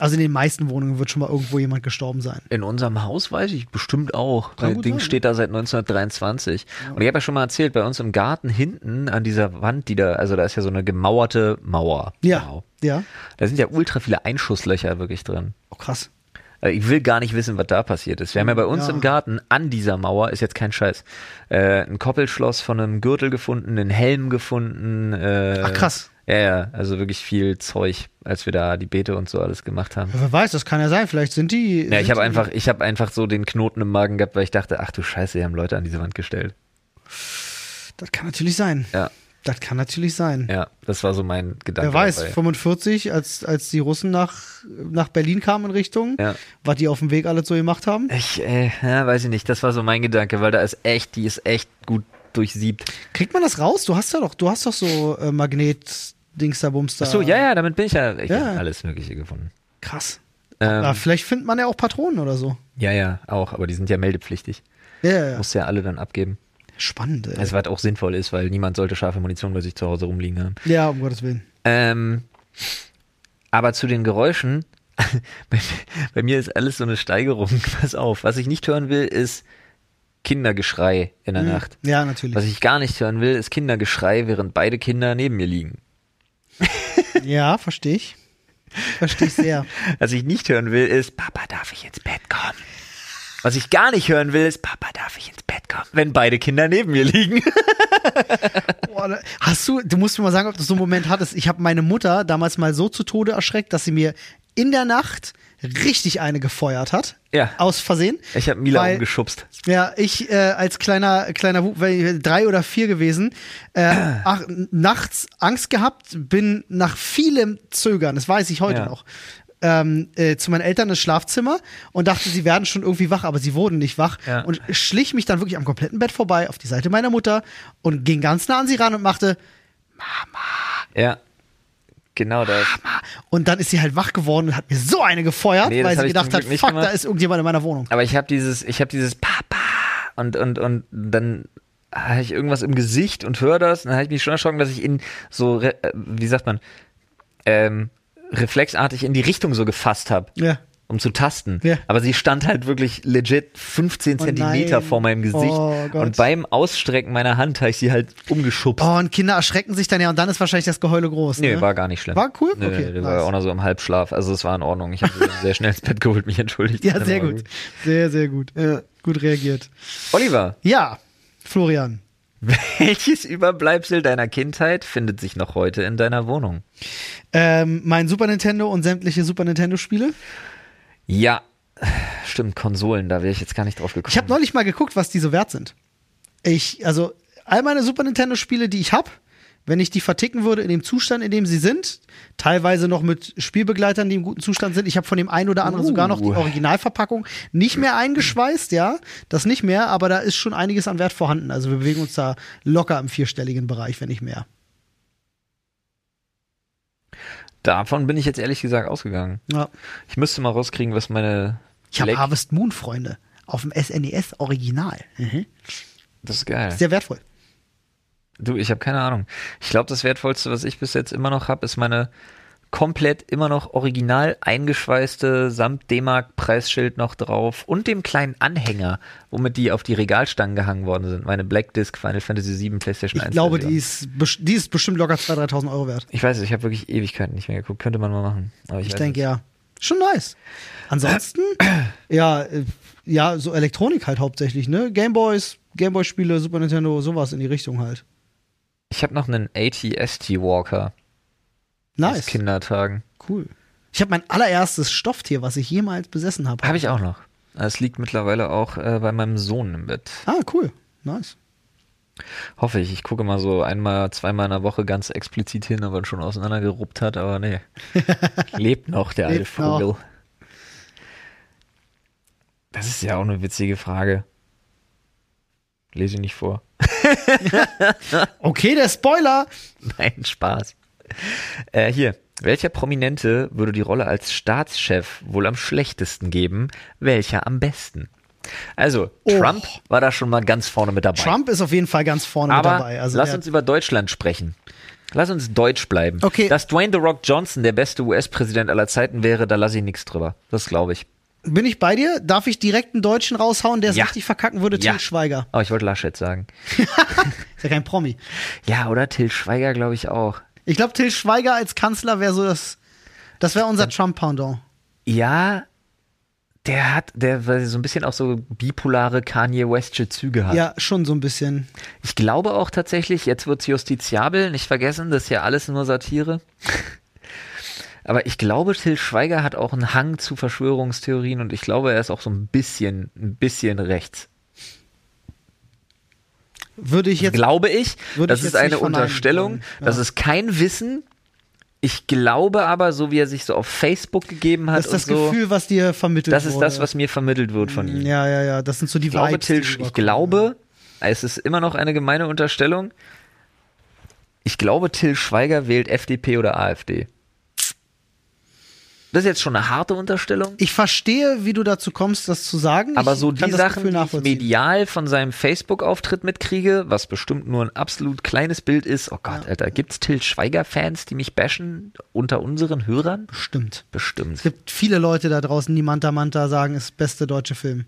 A: Also in den meisten Wohnungen wird schon mal irgendwo jemand gestorben sein.
B: In unserem Haus weiß ich bestimmt auch.
A: Kann
B: Das
A: gut
B: Ding
A: sein,
B: steht da seit 1923. Und ich habe ja schon mal erzählt, bei uns im Garten hinten an dieser Wand, die da, also da ist ja so eine gemauerte Mauer.
A: Ja.
B: Wow.
A: Ja.
B: Da sind ja ultra viele Einschusslöcher wirklich drin.
A: Oh krass.
B: Äh, Ich will gar nicht wissen, was da passiert ist. Wir haben ja bei uns
A: Ja.
B: im Garten an dieser Mauer, ist jetzt kein Scheiß, äh, ein Koppelschloss von einem Gürtel gefunden, einen Helm gefunden. Äh,
A: Ach, krass.
B: Ja, ja, also wirklich viel Zeug, als wir da die Beete und so alles gemacht haben.
A: Ja, wer weiß, das kann ja sein. Vielleicht sind die.
B: Ja, ich
A: sind
B: habe
A: die-
B: einfach, ich habe einfach so den Knoten im Magen gehabt, weil ich dachte, ach du Scheiße, die haben Leute an diese Wand gestellt.
A: Das kann natürlich sein.
B: Ja,
A: Das kann natürlich sein.
B: ja, das war so mein
A: Wer
B: Gedanke.
A: weiß,
B: dabei.
A: 45, als, als die Russen nach, nach Berlin kamen in Richtung,
B: Ja.
A: was die auf dem Weg alle so gemacht haben.
B: Ich, äh, ja, weiß ich nicht. Das war so mein Gedanke, weil da ist echt, die ist echt gut durchsiebt.
A: Kriegt man das raus? Du hast ja doch, du hast doch so äh, Magnet-Dings da Bums da.
B: Ach so, ja, ja, damit bin ich ja, ich
A: Ja.
B: hab alles Mögliche gefunden.
A: Krass.
B: Ähm,
A: Ja, vielleicht findet man ja auch Patronen oder so.
B: ja, ja, auch, aber die sind ja meldepflichtig.
A: Ja, ja, ja.
B: Muss ja alle dann abgeben.
A: Spannend, ey.
B: Also, was auch sinnvoll ist, weil niemand sollte scharfe Munition bei sich zu Hause rumliegen haben.
A: ja, um Gottes Willen.
B: Ähm, aber zu den Geräuschen, bei, bei mir ist alles so eine Steigerung. Pass auf, was ich nicht hören will, ist Kindergeschrei in
A: Hm.
B: der Nacht.
A: Ja, natürlich.
B: Was ich gar nicht hören will, ist Kindergeschrei, während beide Kinder neben mir liegen.
A: ja, verstehe ich. Verstehe ich sehr.
B: Was ich nicht hören will, ist, Papa, darf ich ins Bett kommen? Was ich gar nicht hören will, ist, Papa, darf ich ins Bett kommen, wenn beide Kinder neben mir liegen?
A: Boah, da- hast du, du musst mir mal sagen, ob du so einen Moment hattest. Ich habe meine Mutter damals mal so zu Tode erschreckt, dass sie mir in der Nacht richtig eine gefeuert hat.
B: Ja.
A: Aus Versehen.
B: Ich habe Mila
A: Weil-
B: umgeschubst.
A: Ja, ich äh, als kleiner, kleiner Bub, weil ich drei oder vier gewesen, äh, ach, nachts Angst gehabt, bin nach vielem Zögern, das weiß ich heute
B: Ja.
A: noch, ähm, äh, zu meinen Eltern ins Schlafzimmer und dachte, sie werden schon irgendwie wach, aber sie wurden nicht wach
B: Ja.
A: und schlich mich dann wirklich am kompletten Bett vorbei auf die Seite meiner Mutter und ging ganz nah an sie ran und machte
B: Ja.
A: Ah,
B: Genau das.
A: und dann ist sie halt wach geworden und hat mir so eine gefeuert,
B: Nee, das
A: weil
B: hab
A: sie
B: ich zum
A: gedacht hat,
B: Glück nicht
A: fuck, da
B: gemacht.
A: ist irgendjemand in meiner Wohnung.
B: Aber ich habe dieses, ich habe dieses Papa und und und dann habe ich irgendwas im Gesicht und höre das. Und dann habe ich mich schon erschrocken, dass ich in so, re- äh, wie sagt man, ähm, reflexartig in die Richtung so gefasst habe.
A: Ja.
B: Um zu tasten.
A: Ja.
B: Aber sie stand halt wirklich legit 15
A: Oh
B: Zentimeter
A: nein.
B: vor meinem Gesicht.
A: Oh Gott.
B: und beim Ausstrecken meiner Hand habe ich sie halt umgeschubst.
A: Oh, und Kinder erschrecken sich dann ja und dann ist wahrscheinlich das Geheule groß.
B: Nee,
A: ne?
B: war gar nicht schlimm.
A: War cool?
B: Nee,
A: Okay,
B: nee, der war
A: nice.
B: auch noch so im Halbschlaf. Also es war in Ordnung. Ich habe sie sehr schnell ins Bett geholt, mich entschuldigt.
A: Ja,
B: Dann
A: sehr
B: war
A: gut. Sehr, sehr gut. Äh, Gut reagiert.
B: Oliver,
A: Ja, Florian.
B: welches Überbleibsel deiner Kindheit findet sich noch heute in deiner Wohnung?
A: Ähm, mein Super Nintendo und sämtliche Super Nintendo-Spiele.
B: Ja, stimmt, Konsolen, da wäre ich jetzt gar nicht drauf gekommen.
A: Ich habe neulich mal geguckt, was die so wert sind. Ich, also, all meine Super Nintendo-Spiele, die ich habe, wenn ich die verticken würde in dem Zustand, in dem sie sind, teilweise noch mit Spielbegleitern, die im guten Zustand sind. Ich habe von dem einen oder anderen
B: Uh.
A: sogar noch die Originalverpackung nicht mehr eingeschweißt, ja, das nicht mehr, aber da ist schon einiges an Wert vorhanden. Also wir bewegen uns da locker im vierstelligen Bereich, wenn nicht mehr.
B: Davon bin ich jetzt ehrlich gesagt ausgegangen.
A: Ja.
B: Ich müsste mal rauskriegen, was meine.
A: Ich habe
B: Leck-
A: Harvest Moon, Freunde. Auf dem SNES Original.
B: Das ist geil.
A: Sehr wertvoll.
B: Du, ich habe keine Ahnung. Ich glaube, das Wertvollste, was ich bis jetzt immer noch habe, ist meine komplett immer noch original eingeschweißte samt D-Mark-Preisschild noch drauf und dem kleinen Anhänger, womit die auf die Regalstangen gehangen worden sind. Meine Black Disc Final Fantasy VII PlayStation
A: Ich
B: 1.
A: glaube,
B: Version.
A: die ist, best- die ist bestimmt locker 2.000, 3.000 Euro wert.
B: Ich weiß, es, ich habe wirklich Ewigkeiten nicht mehr geguckt. Könnte man mal machen. Aber ich
A: Ich
B: weiß
A: denke, ja. Schon nice. Ansonsten, ja, äh, ja, so Elektronik halt hauptsächlich, ne? Gameboys, Gameboy-Spiele, Super Nintendo, sowas in die Richtung halt.
B: nicht. Ich habe noch einen ATST Walker aus
A: Nice.
B: Kindertagen.
A: Cool. Ich habe mein allererstes Stofftier, was ich jemals besessen habe.
B: Habe ich auch noch. Es liegt mittlerweile auch äh, bei meinem Sohn im Bett.
A: Ah, cool. Nice.
B: Hoffe ich. Ich gucke mal so einmal, zweimal in der Woche ganz explizit hin, ob er schon auseinandergeruppt hat, aber nee. Lebt noch, der alte
A: Lebt noch.
B: Vogel. Das ist ja auch eine witzige Frage. Lese ich nicht vor.
A: Okay, der Spoiler.
B: Nein, Spaß. Äh, hier. Welcher Prominente würde die Rolle als Staatschef wohl am schlechtesten geben? Welcher am besten? Also,
A: Oh.
B: Trump war da schon mal ganz vorne mit dabei.
A: Trump ist auf jeden Fall ganz vorne
B: Aber
A: mit dabei. Also
B: lass
A: der-
B: uns über Deutschland sprechen. Lass uns deutsch bleiben.
A: Okay.
B: Dass Dwayne The Rock Johnson der beste US-Präsident aller Zeiten wäre, da lasse ich nichts drüber. Das glaube ich.
A: bin ich bei dir? Darf ich direkt einen Deutschen raushauen, der es
B: Ja.
A: richtig verkacken würde?
B: Ja.
A: Till Schweiger.
B: Aber ich wollte Laschet sagen.
A: Ist ja kein Promi.
B: Ja, oder Till Schweiger, glaube ich auch.
A: Ich glaube, Till Schweiger als Kanzler wäre so das. Das wäre unser Trump-Pendant.
B: Ja, der hat, der weil er so ein bisschen auch so bipolare Kanye Westsche Züge hat.
A: Ja, schon so ein bisschen.
B: Ich glaube auch tatsächlich, jetzt wird's justiziabel, nicht vergessen, das ist ja alles nur Satire. Aber ich glaube, Till Schweiger hat auch einen Hang zu Verschwörungstheorien und ich glaube, er ist auch so ein bisschen, ein bisschen rechts.
A: Würde ich jetzt.
B: glaube ich,
A: Würde
B: das
A: ich
B: ist
A: jetzt nicht
B: eine
A: verneinen
B: Unterstellung,
A: wollen, ja.
B: das ist kein Wissen. Ich glaube aber, so wie er sich so auf Facebook gegeben hat
A: das ist das
B: und so,
A: Gefühl, was dir vermittelt
B: das ist
A: wurde.
B: das, was mir vermittelt wird von ihm.
A: Ja, ja, ja. Das sind so die
B: Ich glaube,
A: Vibes.
B: Till,
A: die
B: ich
A: rüberkommen.
B: glaube, es ist immer noch eine gemeine Unterstellung. Ich glaube, Till Schweiger wählt FDP oder AfD. Das ist jetzt schon eine harte Unterstellung,
A: Ich verstehe, wie du dazu kommst, das zu sagen.
B: aber
A: ich
B: so
A: kann
B: die
A: das
B: Sachen,
A: Gefühl
B: die ich
A: nachvollziehen.
B: medial von seinem Facebook-Auftritt mitkriege, was bestimmt nur ein absolut kleines Bild ist. Oh Gott, Alter, gibt's Till Schweiger-Fans, die mich bashen unter unseren Hörern?
A: Stimmt.
B: Bestimmt.
A: Es gibt viele Leute da draußen, die Manta Manta sagen, ist beste deutsche Film.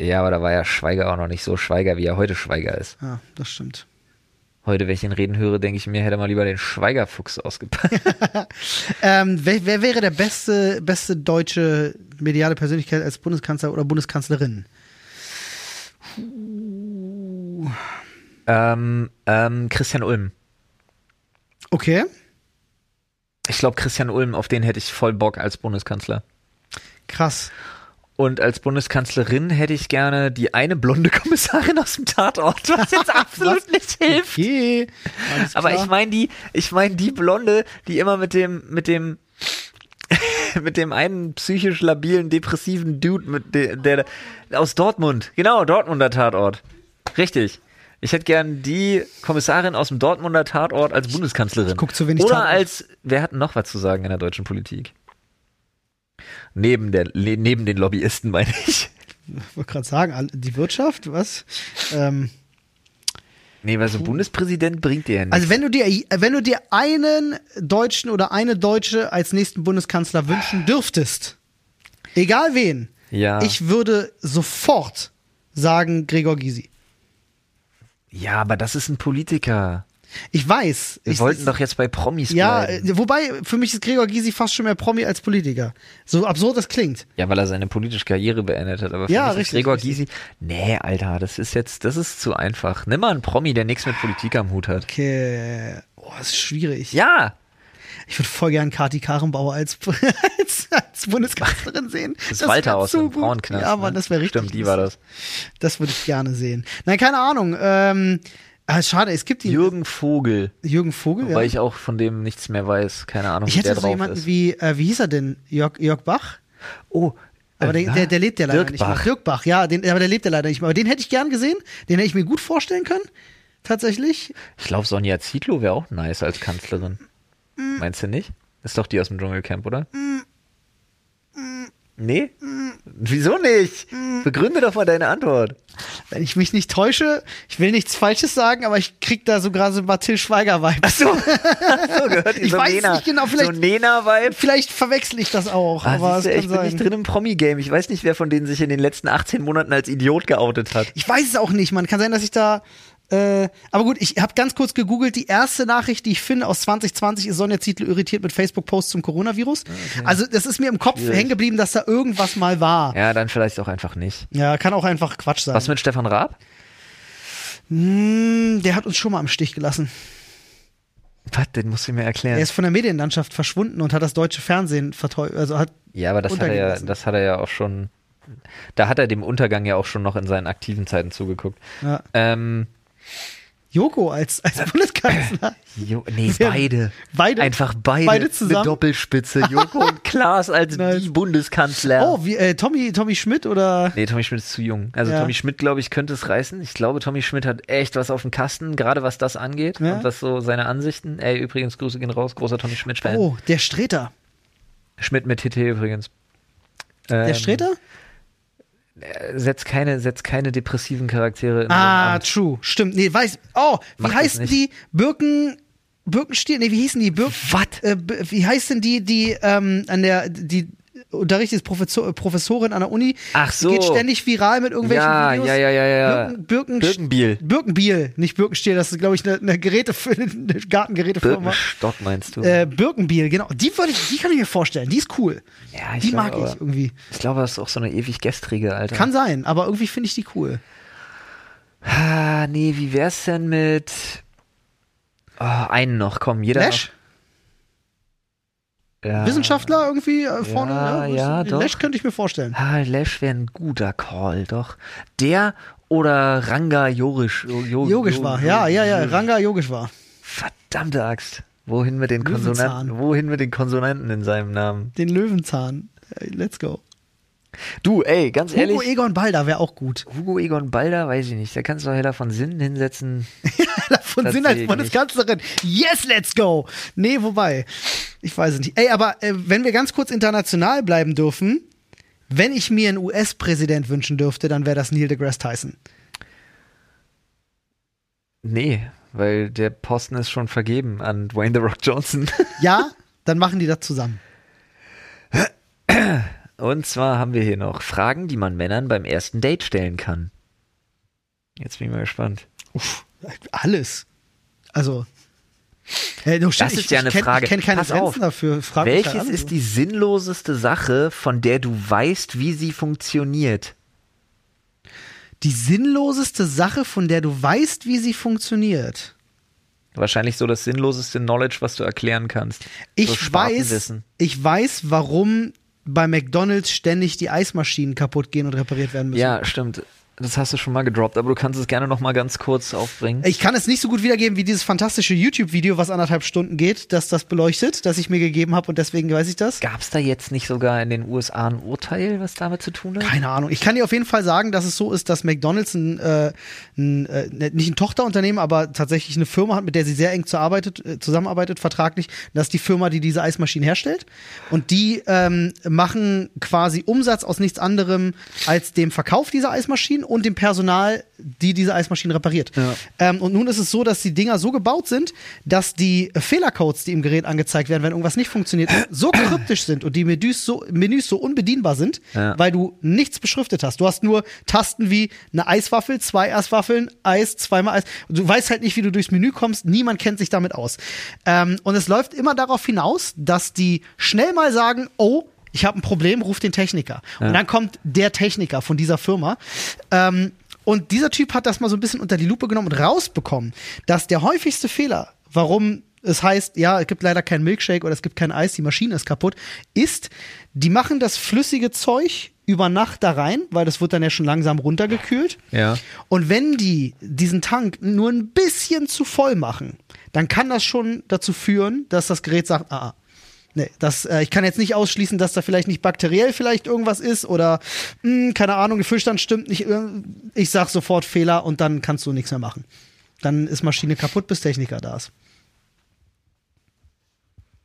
B: Ja, aber da war ja Schweiger auch noch nicht so Schweiger, wie er heute Schweiger ist.
A: Ja, das stimmt.
B: Heute, wenn ich ihn reden höre, denke ich mir, hätte er mal lieber den Schweigerfuchs ausgepackt.
A: Ähm, wer, wer wäre der beste, beste deutsche mediale Persönlichkeit als Bundeskanzler oder Bundeskanzlerin?
B: Ähm, ähm, Christian Ulm.
A: Okay.
B: Ich glaube, Christian Ulm, auf den hätte ich voll Bock als Bundeskanzler.
A: Krass.
B: Und als Bundeskanzlerin hätte ich gerne die eine blonde Kommissarin aus dem Tatort, was jetzt absolut nicht hilft.
A: Okay. Alles
B: Aber
A: klar.
B: ich meine die, ich meine die Blonde, die immer mit dem, mit dem, mit dem einen psychisch labilen, depressiven Dude, mit der, der aus Dortmund, genau, Dortmunder Tatort. Richtig. Ich hätte gern die Kommissarin aus dem Dortmunder Tatort als Bundeskanzlerin.
A: guck zu wenig
B: Oder
A: Tatort.
B: als, wer hat noch was zu sagen in der deutschen Politik? Neben, der, le- neben den Lobbyisten, meine ich.
A: Ich wollte gerade sagen, all- die Wirtschaft, was? Ähm,
B: Nee, weil so ein Bundespräsident bringt dir ja nichts.
A: also wenn du dir, wenn du dir einen Deutschen oder eine Deutsche als nächsten Bundeskanzler wünschen dürftest, egal wen,
B: Ja.
A: ich würde sofort sagen Gregor Gysi.
B: ja, aber das ist ein Politiker.
A: Ich weiß.
B: Wir
A: ich,
B: wollten doch jetzt bei Promis
A: Ja,
B: bleiben.
A: äh, wobei für mich ist Gregor Gysi fast schon mehr Promi als Politiker. So absurd das klingt.
B: Ja, weil er seine politische Karriere beendet hat. Aber für
A: Ja,
B: mich ist
A: richtig,
B: Gregor
A: richtig.
B: Gysi. Nee, Alter, das ist jetzt, das ist zu einfach. Nimm mal einen Promi, der nichts mit Politik am Hut hat.
A: Okay. Oh, das ist schwierig.
B: Ja,
A: Ich würde voll gern Kati Karrenbauer als, als, als Bundeskanzlerin sehen.
B: das, ist
A: wär
B: Walter aus
A: zu
B: dem
A: gut.
B: Frauenknast.
A: Ja,
B: ne?
A: Mann, das wäre richtig.
B: Stimmt, die war das.
A: Das würde ich gerne sehen. Nein, keine Ahnung. Ähm, ah, schade, es gibt die
B: Jürgen Vogel,
A: Jürgen Vogel. Ja.
B: weil ich auch von dem nichts mehr weiß. Keine Ahnung,
A: Ich
B: wie der
A: hätte so
B: drauf
A: jemanden
B: ist.
A: wie, äh, wie hieß er denn? Jörg, Jörg Bach?
B: oh,
A: Aber der,
B: äh,
A: der, der lebt ja leider
B: Dirk
A: nicht mehr.
B: Bach.
A: Dirk Bach, ja, den, aber der lebt ja leider nicht mehr. Aber den hätte ich gern gesehen. Den hätte ich mir gut vorstellen können. Tatsächlich.
B: Ich glaube, Sonja Zietlow wäre auch nice als Kanzlerin.
A: Mm.
B: Meinst du nicht? Ist doch die aus dem Dschungelcamp, oder?
A: Mm.
B: Nee? Wieso nicht? Begründe doch mal deine Antwort.
A: Wenn ich mich nicht täusche, ich will nichts Falsches sagen, aber ich krieg da sogar so Mathilde Schweiger-Vibes.
B: So, so gehört die
A: Ich
B: so
A: weiß
B: Nena,
A: nicht genau, vielleicht-
B: So Nena-Vibe.
A: Vielleicht verwechsel ich das auch,
B: Ah,
A: aber
B: siehst
A: es
B: du,
A: kann
B: ich bin
A: sein.
B: nicht drin im Promi-Game. Ich weiß nicht, wer von denen sich in den letzten 18 Monaten als Idiot geoutet hat.
A: Ich weiß es auch nicht, man. Kann sein, dass ich da. Äh, aber gut, ich habe ganz kurz gegoogelt. Die erste Nachricht, die ich finde aus 2020, ist Sonja Zietl irritiert mit Facebook-Posts zum Coronavirus. Also, das ist mir im Kopf
B: Ah, Schwierig.
A: hängen geblieben, dass da irgendwas mal war. Ja.
B: Ja, dann vielleicht auch einfach nicht.
A: kann auch einfach Quatsch sein.
B: Was mit Stefan Raab?
A: Hm, der hat uns schon mal im Stich gelassen.
B: Was, den musst du mir
A: Er
B: erklären.
A: ist von der Medienlandschaft verschwunden und hat das deutsche Fernsehen verteu also hat
B: Ja, aber das hat, er
A: untergehen
B: ja,
A: lassen.
B: das hat er ja auch schon. Da hat er dem Untergang ja auch schon noch in seinen aktiven Zeiten zugeguckt.
A: Ja.
B: Ähm,
A: Joko als, als Bundeskanzler.
B: jo, nee,
A: Ja,
B: beide.
A: beide-
B: Einfach beide.
A: beide zusammen?
B: Eine Doppelspitze. Joko und Klaas als
A: Nice.
B: die Bundeskanzler.
A: Oh, wie, äh, Tommy, Tommy Schmidt oder
B: Nee, Tommy Schmidt ist zu jung. Also
A: Ja.
B: Tommy Schmidt, glaube ich, könnte es reißen. Ich glaube, Tommy Schmidt hat echt was auf dem Kasten, gerade was das angeht
A: Ja.
B: und was so seine Ansichten. Ey, übrigens, Grüße gehen raus, großer Tommy Schmidt-Fan.
A: Oh, der Streter.
B: Schmidt mit TT übrigens.
A: Der
B: Ähm,
A: Streter?
B: Setzt keine, setzt keine depressiven Charaktere in
A: Ah,
B: so ein Amt.
A: true. Stimmt. Nee, weiß. Oh, wie
B: Macht
A: heißen
B: das
A: die Birken. Birkenstiel? Nee, wie hießen die? Birken.
B: Was?
A: Äh, B- wie heißt denn die, die ähm, an der. Die unterrichtet ist Professor, äh, Professorin an der Uni.
B: Ach so.
A: Die geht ständig viral mit irgendwelchen
B: Ja,
A: Videos.
B: ja, ja, ja, ja.
A: Birken, Birken,
B: Birkenbiel.
A: Birkenbiel, nicht Birkenstiel. Das ist, glaube ich, eine, eine Geräte für eine Gartengerätefirma.
B: Birkenstock meinst du?
A: Äh, Birkenbiel, genau. Die, würde ich, die kann ich mir vorstellen. Die ist cool.
B: Ja, ich
A: die
B: glaub,
A: mag
B: aber-
A: ich irgendwie.
B: Ich glaube, das ist auch so eine ewig gestrige, Alter.
A: Kann sein, aber irgendwie finde ich die cool.
B: Ah, nee, wie wär's denn mit. Oh, einen noch, komm, jeder.
A: Lash?
B: Noch. Ja.
A: Wissenschaftler irgendwie äh, vorne.
B: Ah. Ja, ja,
A: das-
B: doch.
A: Lash könnte ich mir vorstellen.
B: Ah, Lash wäre ein guter Call, doch. Der oder Ranga Jorisch. Jo, jo,
A: Yogisch
B: Jo-
A: war,
B: Jo-
A: ja, ja, ja.
B: Jo-
A: Ranga Yogisch war.
B: Verdammte Axt. Wohin mit den Konsonanten?
A: Löwenzahn.
B: Wohin mit den Konsonanten in seinem Namen?
A: Den Löwenzahn. Ey, Let's go.
B: Du, ey, ganz ehrlich.
A: Hugo E- Egon Balder wäre auch gut.
B: Hugo Egon Balder, weiß ich nicht. Da kannst du Heller von Sinn hinsetzen.
A: Von
B: Das
A: Sinn
B: sehe
A: als
B: ich
A: Bundeskanzlerin. Yes, let's go. Nee, wobei. Ich weiß es nicht. Ey, aber äh, wenn wir ganz kurz international bleiben dürfen, wenn ich mir einen US-Präsident wünschen dürfte, dann wäre das Neil deGrasse Tyson.
B: Nee, weil der Posten ist schon vergeben an Dwayne The Rock Johnson.
A: Ja, dann machen die das zusammen.
B: Und zwar haben wir hier noch Fragen, die man Männern beim ersten Date stellen kann. Jetzt bin ich mal gespannt.
A: Uff, alles. Also, Hey, du,
B: Das
A: ich,
B: ist ja eine
A: ich kenn,
B: Frage.
A: Ich kenne keine
B: Pass
A: Grenzen
B: auf.
A: dafür. Frag mich halt
B: Welches
A: alles.
B: ist die sinnloseste Sache, von der du weißt, wie sie funktioniert?
A: die sinnloseste Sache, von der du weißt, wie sie funktioniert?
B: Wahrscheinlich so das sinnloseste Knowledge, was du erklären kannst. so
A: Ich weiß,
B: Spartenwissen.
A: ich weiß, warum bei McDonalds ständig die Eismaschinen kaputt gehen und repariert werden müssen.
B: Ja, stimmt. Das hast du schon mal gedroppt, aber du kannst es gerne noch mal ganz kurz aufbringen.
A: Ich kann es nicht so gut wiedergeben wie dieses fantastische YouTube-Video, was anderthalb Stunden geht, dass das beleuchtet, das ich mir gegeben habe und deswegen weiß ich das.
B: Gab es da jetzt nicht sogar in den USA ein Urteil, was damit zu tun hat?
A: Keine Ahnung. Ich kann dir auf jeden Fall sagen, dass es so ist, dass McDonalds ein, äh, ein äh, nicht ein Tochterunternehmen, aber tatsächlich eine Firma hat, mit der sie sehr eng zuarbeitet, äh, zusammenarbeitet, vertraglich. Das ist die Firma, die diese Eismaschinen herstellt. Und die ähm, machen quasi Umsatz aus nichts anderem als dem Verkauf dieser Eismaschinen und dem Personal, die diese Eismaschinen repariert. Ähm, und nun ist es so, dass die Dinger so gebaut sind, dass die Fehlercodes, die im Gerät angezeigt werden, wenn irgendwas nicht funktioniert, so kryptisch sind und die Menüs so, Menüs so unbedienbar sind,
B: Ja.
A: weil du nichts beschriftet hast. Du hast nur Tasten wie eine Eiswaffel, zwei Eiswaffeln, Eis, zweimal Eis. Du weißt halt nicht, wie du durchs Menü kommst. Niemand kennt sich damit aus. Ähm, und es läuft immer darauf hinaus, dass die schnell mal sagen, oh, ich habe ein Problem, ruf den Techniker. Und dann kommt der Techniker von dieser Firma. Ähm, und dieser Typ hat das mal so ein bisschen unter die Lupe genommen und rausbekommen, dass der häufigste Fehler, warum es heißt, ja, es gibt leider keinen Milkshake oder es gibt kein Eis, die Maschine ist kaputt, ist, die machen das flüssige Zeug über Nacht da rein, weil das wird dann ja schon langsam runtergekühlt.
B: Ja.
A: Und wenn die diesen Tank nur ein bisschen zu voll machen, dann kann das schon dazu führen, dass das Gerät sagt, ah, ah, Nee, das, äh, ich kann jetzt nicht ausschließen, dass da vielleicht nicht bakteriell vielleicht irgendwas ist oder mh, keine Ahnung, der Füllstand stimmt nicht. äh, Ich sag sofort Fehler und dann kannst du nichts mehr machen. Dann ist Maschine kaputt, bis Techniker da ist.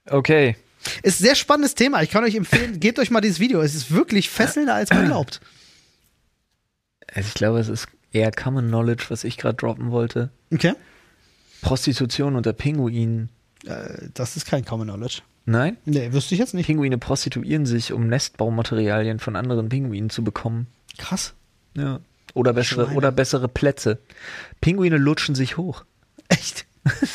B: Okay.
A: Ist sehr spannendes Thema. Ich kann euch empfehlen, gebt euch mal dieses Video. Es ist wirklich fesselnder, als man glaubt.
B: Also ich glaube, es ist eher Common Knowledge, was ich gerade droppen wollte.
A: Okay?
B: Prostitution unter Pinguinen.
A: Äh, das ist kein Common Knowledge.
B: Nein?
A: Nee, wüsste ich jetzt nicht.
B: Pinguine prostituieren sich, um Nestbaumaterialien von anderen Pinguinen zu bekommen.
A: Krass.
B: Ja. Oder bessere,
A: Schweine.
B: oder bessere Plätze. Pinguine lutschen sich hoch.
A: Echt?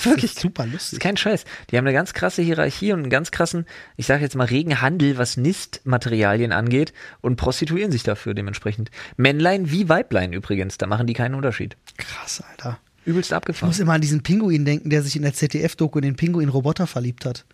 A: Wirklich super
B: Das ist
A: lustig.
B: kein Scheiß. Die haben eine ganz krasse Hierarchie und einen ganz krassen, ich sage jetzt mal, regen Handel, was Nistmaterialien angeht und prostituieren sich dafür dementsprechend. Männlein wie Weiblein übrigens, da machen die keinen Unterschied.
A: Krass, Alter.
B: Übelst
A: Ich
B: abgefahren.
A: muss immer an diesen Pinguin denken, der sich in der ZDF-Doku in den Pinguin-Roboter verliebt hat.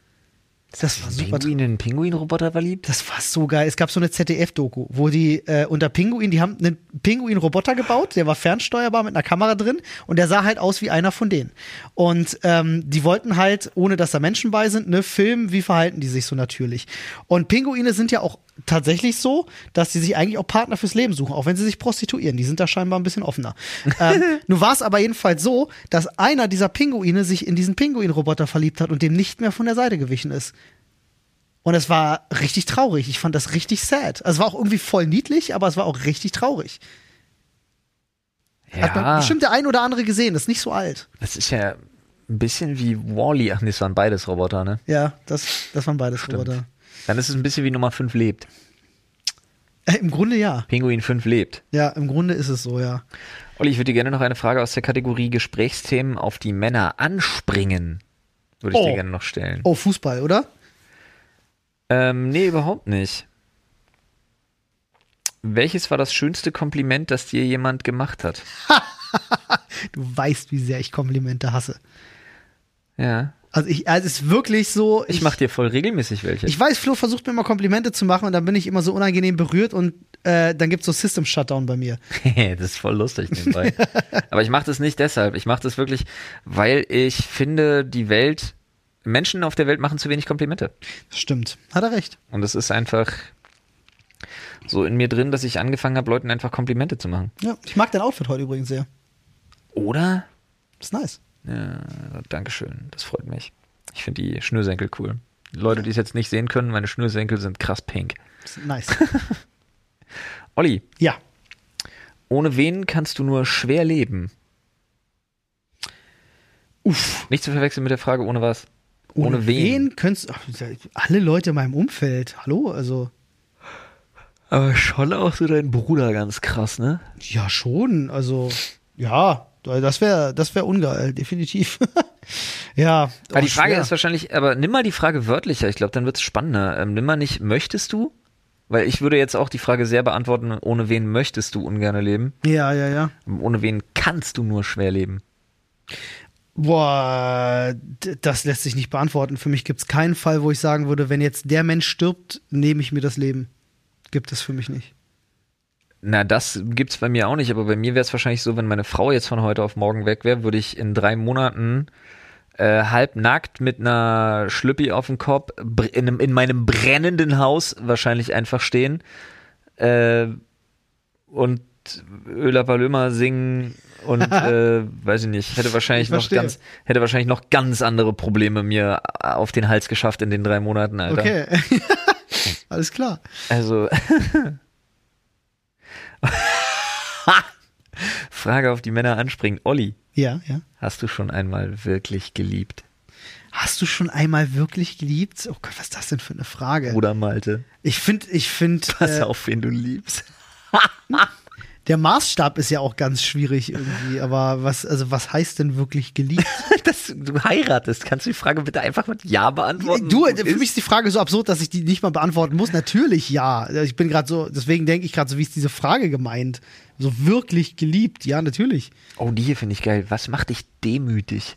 A: Das war super.
B: Pinguin in einen Pinguinroboter verliebt?
A: Das war so geil. Es gab so eine ZDF-Doku, wo die äh, unter Pinguin, die haben einen Pinguin-Roboter gebaut, der war fernsteuerbar mit einer Kamera drin und der sah halt aus wie einer von denen. Und ähm, die wollten halt, ohne dass da Menschen bei sind, ne, filmen, wie verhalten die sich so natürlich. Und Pinguine sind ja auch tatsächlich so, dass sie sich eigentlich auch Partner fürs Leben suchen, auch wenn sie sich prostituieren. Die sind da scheinbar ein bisschen offener. ähm, nun war es aber jedenfalls so, dass einer dieser Pinguine sich in diesen Pinguin-Roboter verliebt hat und dem nicht mehr von der Seite gewichen ist. Und es war richtig traurig. Ich fand das richtig sad. Also es war auch irgendwie voll niedlich, aber es war auch richtig traurig. Hat man
B: Ja,
A: bestimmt der ein oder andere gesehen, ist nicht so alt.
B: das ist ja ein bisschen wie Wally. Ach nee, das waren beides Roboter, ne?
A: Ja, das, das waren beides Roboter.
B: Dann ist es ein bisschen wie Nummer 5 lebt.
A: Äh, Im Grunde ja.
B: Pinguin 5 lebt.
A: Ja, im Grunde ist es so, ja.
B: Olli, ich würde dir gerne noch eine Frage aus der Kategorie Gesprächsthemen auf die Männer anspringen. Würde ich
A: Oh.
B: dir gerne noch stellen.
A: Oh, Fußball, oder?
B: Ähm, nee, überhaupt nicht. Welches war das schönste Kompliment, das dir jemand gemacht hat?
A: Du weißt, wie sehr ich Komplimente hasse.
B: Ja.
A: Also ich, also es ist wirklich so.
B: Ich mache dir voll regelmäßig welche.
A: Ich weiß, Flo versucht mir immer Komplimente zu machen und dann bin ich immer so unangenehm berührt und äh, dann gibt's so System Shutdown bei mir.
B: das ist voll lustig nebenbei. Aber ich mache das nicht deshalb. Ich mache das wirklich, weil ich finde, die Welt, Menschen auf der Welt machen zu wenig Komplimente.
A: Stimmt. Hat er recht.
B: Und es ist einfach so in mir drin, dass ich angefangen habe, Leuten einfach Komplimente zu machen.
A: Ja. Ich mag dein Outfit heute übrigens sehr.
B: Oder?
A: Ist nice.
B: Ja, Dankeschön. Das freut mich. Ich finde die Schnürsenkel cool. Leute, die es jetzt nicht sehen können, meine Schnürsenkel sind krass pink.
A: Ist nice.
B: Olli,
A: ja.
B: ohne wen kannst du nur schwer leben? Uff. Nicht zu verwechseln mit der Frage, ohne was? Ohne, wen?
A: könntest ach, alle Leute in meinem Umfeld. Hallo, also
B: Aber schon auch so dein Bruder ganz krass, ne?
A: ja schon, also ja, das wäre das wäre ungeil, definitiv. Ja.
B: Weil Ah, die
A: oh,
B: Frage
A: schwer.
B: ist wahrscheinlich, aber nimm mal die Frage wörtlicher, ich glaube, dann wird es spannender. Ähm, nimm mal nicht, möchtest du? Weil ich würde jetzt auch die Frage sehr beantworten, ohne wen möchtest du ungern leben?
A: Ja, ja, ja.
B: Ohne wen kannst du nur schwer leben?
A: Boah, d- das lässt sich nicht beantworten. Für mich gibt es keinen Fall, wo ich sagen würde, wenn jetzt der Mensch stirbt, nehme ich mir das Leben. Gibt es für mich nicht.
B: Na, das gibt's bei mir auch nicht, aber bei mir wäre es wahrscheinlich so, wenn meine Frau jetzt von heute auf morgen weg wäre, würde ich in drei Monaten äh, halbnackt mit einer Schlüppi auf dem Kopf br- in, einem, in meinem brennenden Haus wahrscheinlich einfach stehen äh, und Öla Palömer singen und äh, weiß ich nicht, hätte wahrscheinlich
A: Ich
B: noch
A: verstehe.
B: ganz, hätte wahrscheinlich noch ganz andere Probleme mir äh, auf den Hals geschafft in den drei Monaten, Alter.
A: Okay. Alles klar.
B: Also. Frage, auf die Männer anspringen. Olli,
A: Ja, ja.
B: hast du schon einmal wirklich geliebt?
A: Hast du schon einmal wirklich geliebt? Oh Gott, was ist das denn für eine Frage?
B: Bruder Malte,
A: Ich finde, ich finde,
B: pass
A: äh,
B: auf, wen du liebst.
A: der Maßstab ist ja auch ganz schwierig irgendwie. Aber was, also was heißt denn wirklich geliebt?
B: Das, du heiratest. Kannst du die Frage bitte einfach mit Ja beantworten?
A: Du, äh,
B: Gut
A: für
B: ist?
A: mich ist die Frage so absurd, dass ich die nicht mal beantworten muss. Natürlich ja. Ich bin gerade so, deswegen denke ich gerade so, wie ist diese Frage gemeint? So wirklich geliebt, ja, natürlich.
B: Oh, die hier finde ich geil. Was macht dich demütig?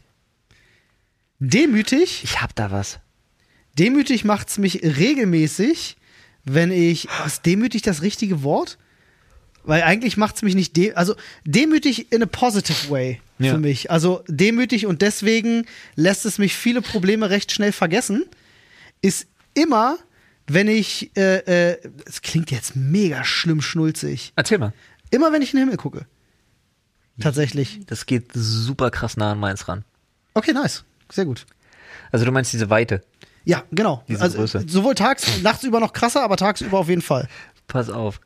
A: Demütig,
B: Ich hab da was.
A: demütig macht's mich regelmäßig, wenn ich. oh, Ist demütig das richtige Wort? Weil eigentlich macht's mich nicht de also demütig in a positive way
B: Ja.
A: für mich. Also demütig und deswegen lässt es mich viele Probleme recht schnell vergessen. Ist immer, wenn ich, äh, äh, es klingt jetzt mega schlimm schnulzig.
B: Erzähl mal.
A: Immer wenn ich in den Himmel gucke. Tatsächlich.
B: Das geht super krass nah an meins ran.
A: Okay, nice. Sehr gut.
B: Also du meinst diese Weite.
A: Ja, genau.
B: Diese
A: also
B: Größe.
A: sowohl tags, nachts über noch krasser, aber tagsüber auf jeden Fall.
B: Pass auf.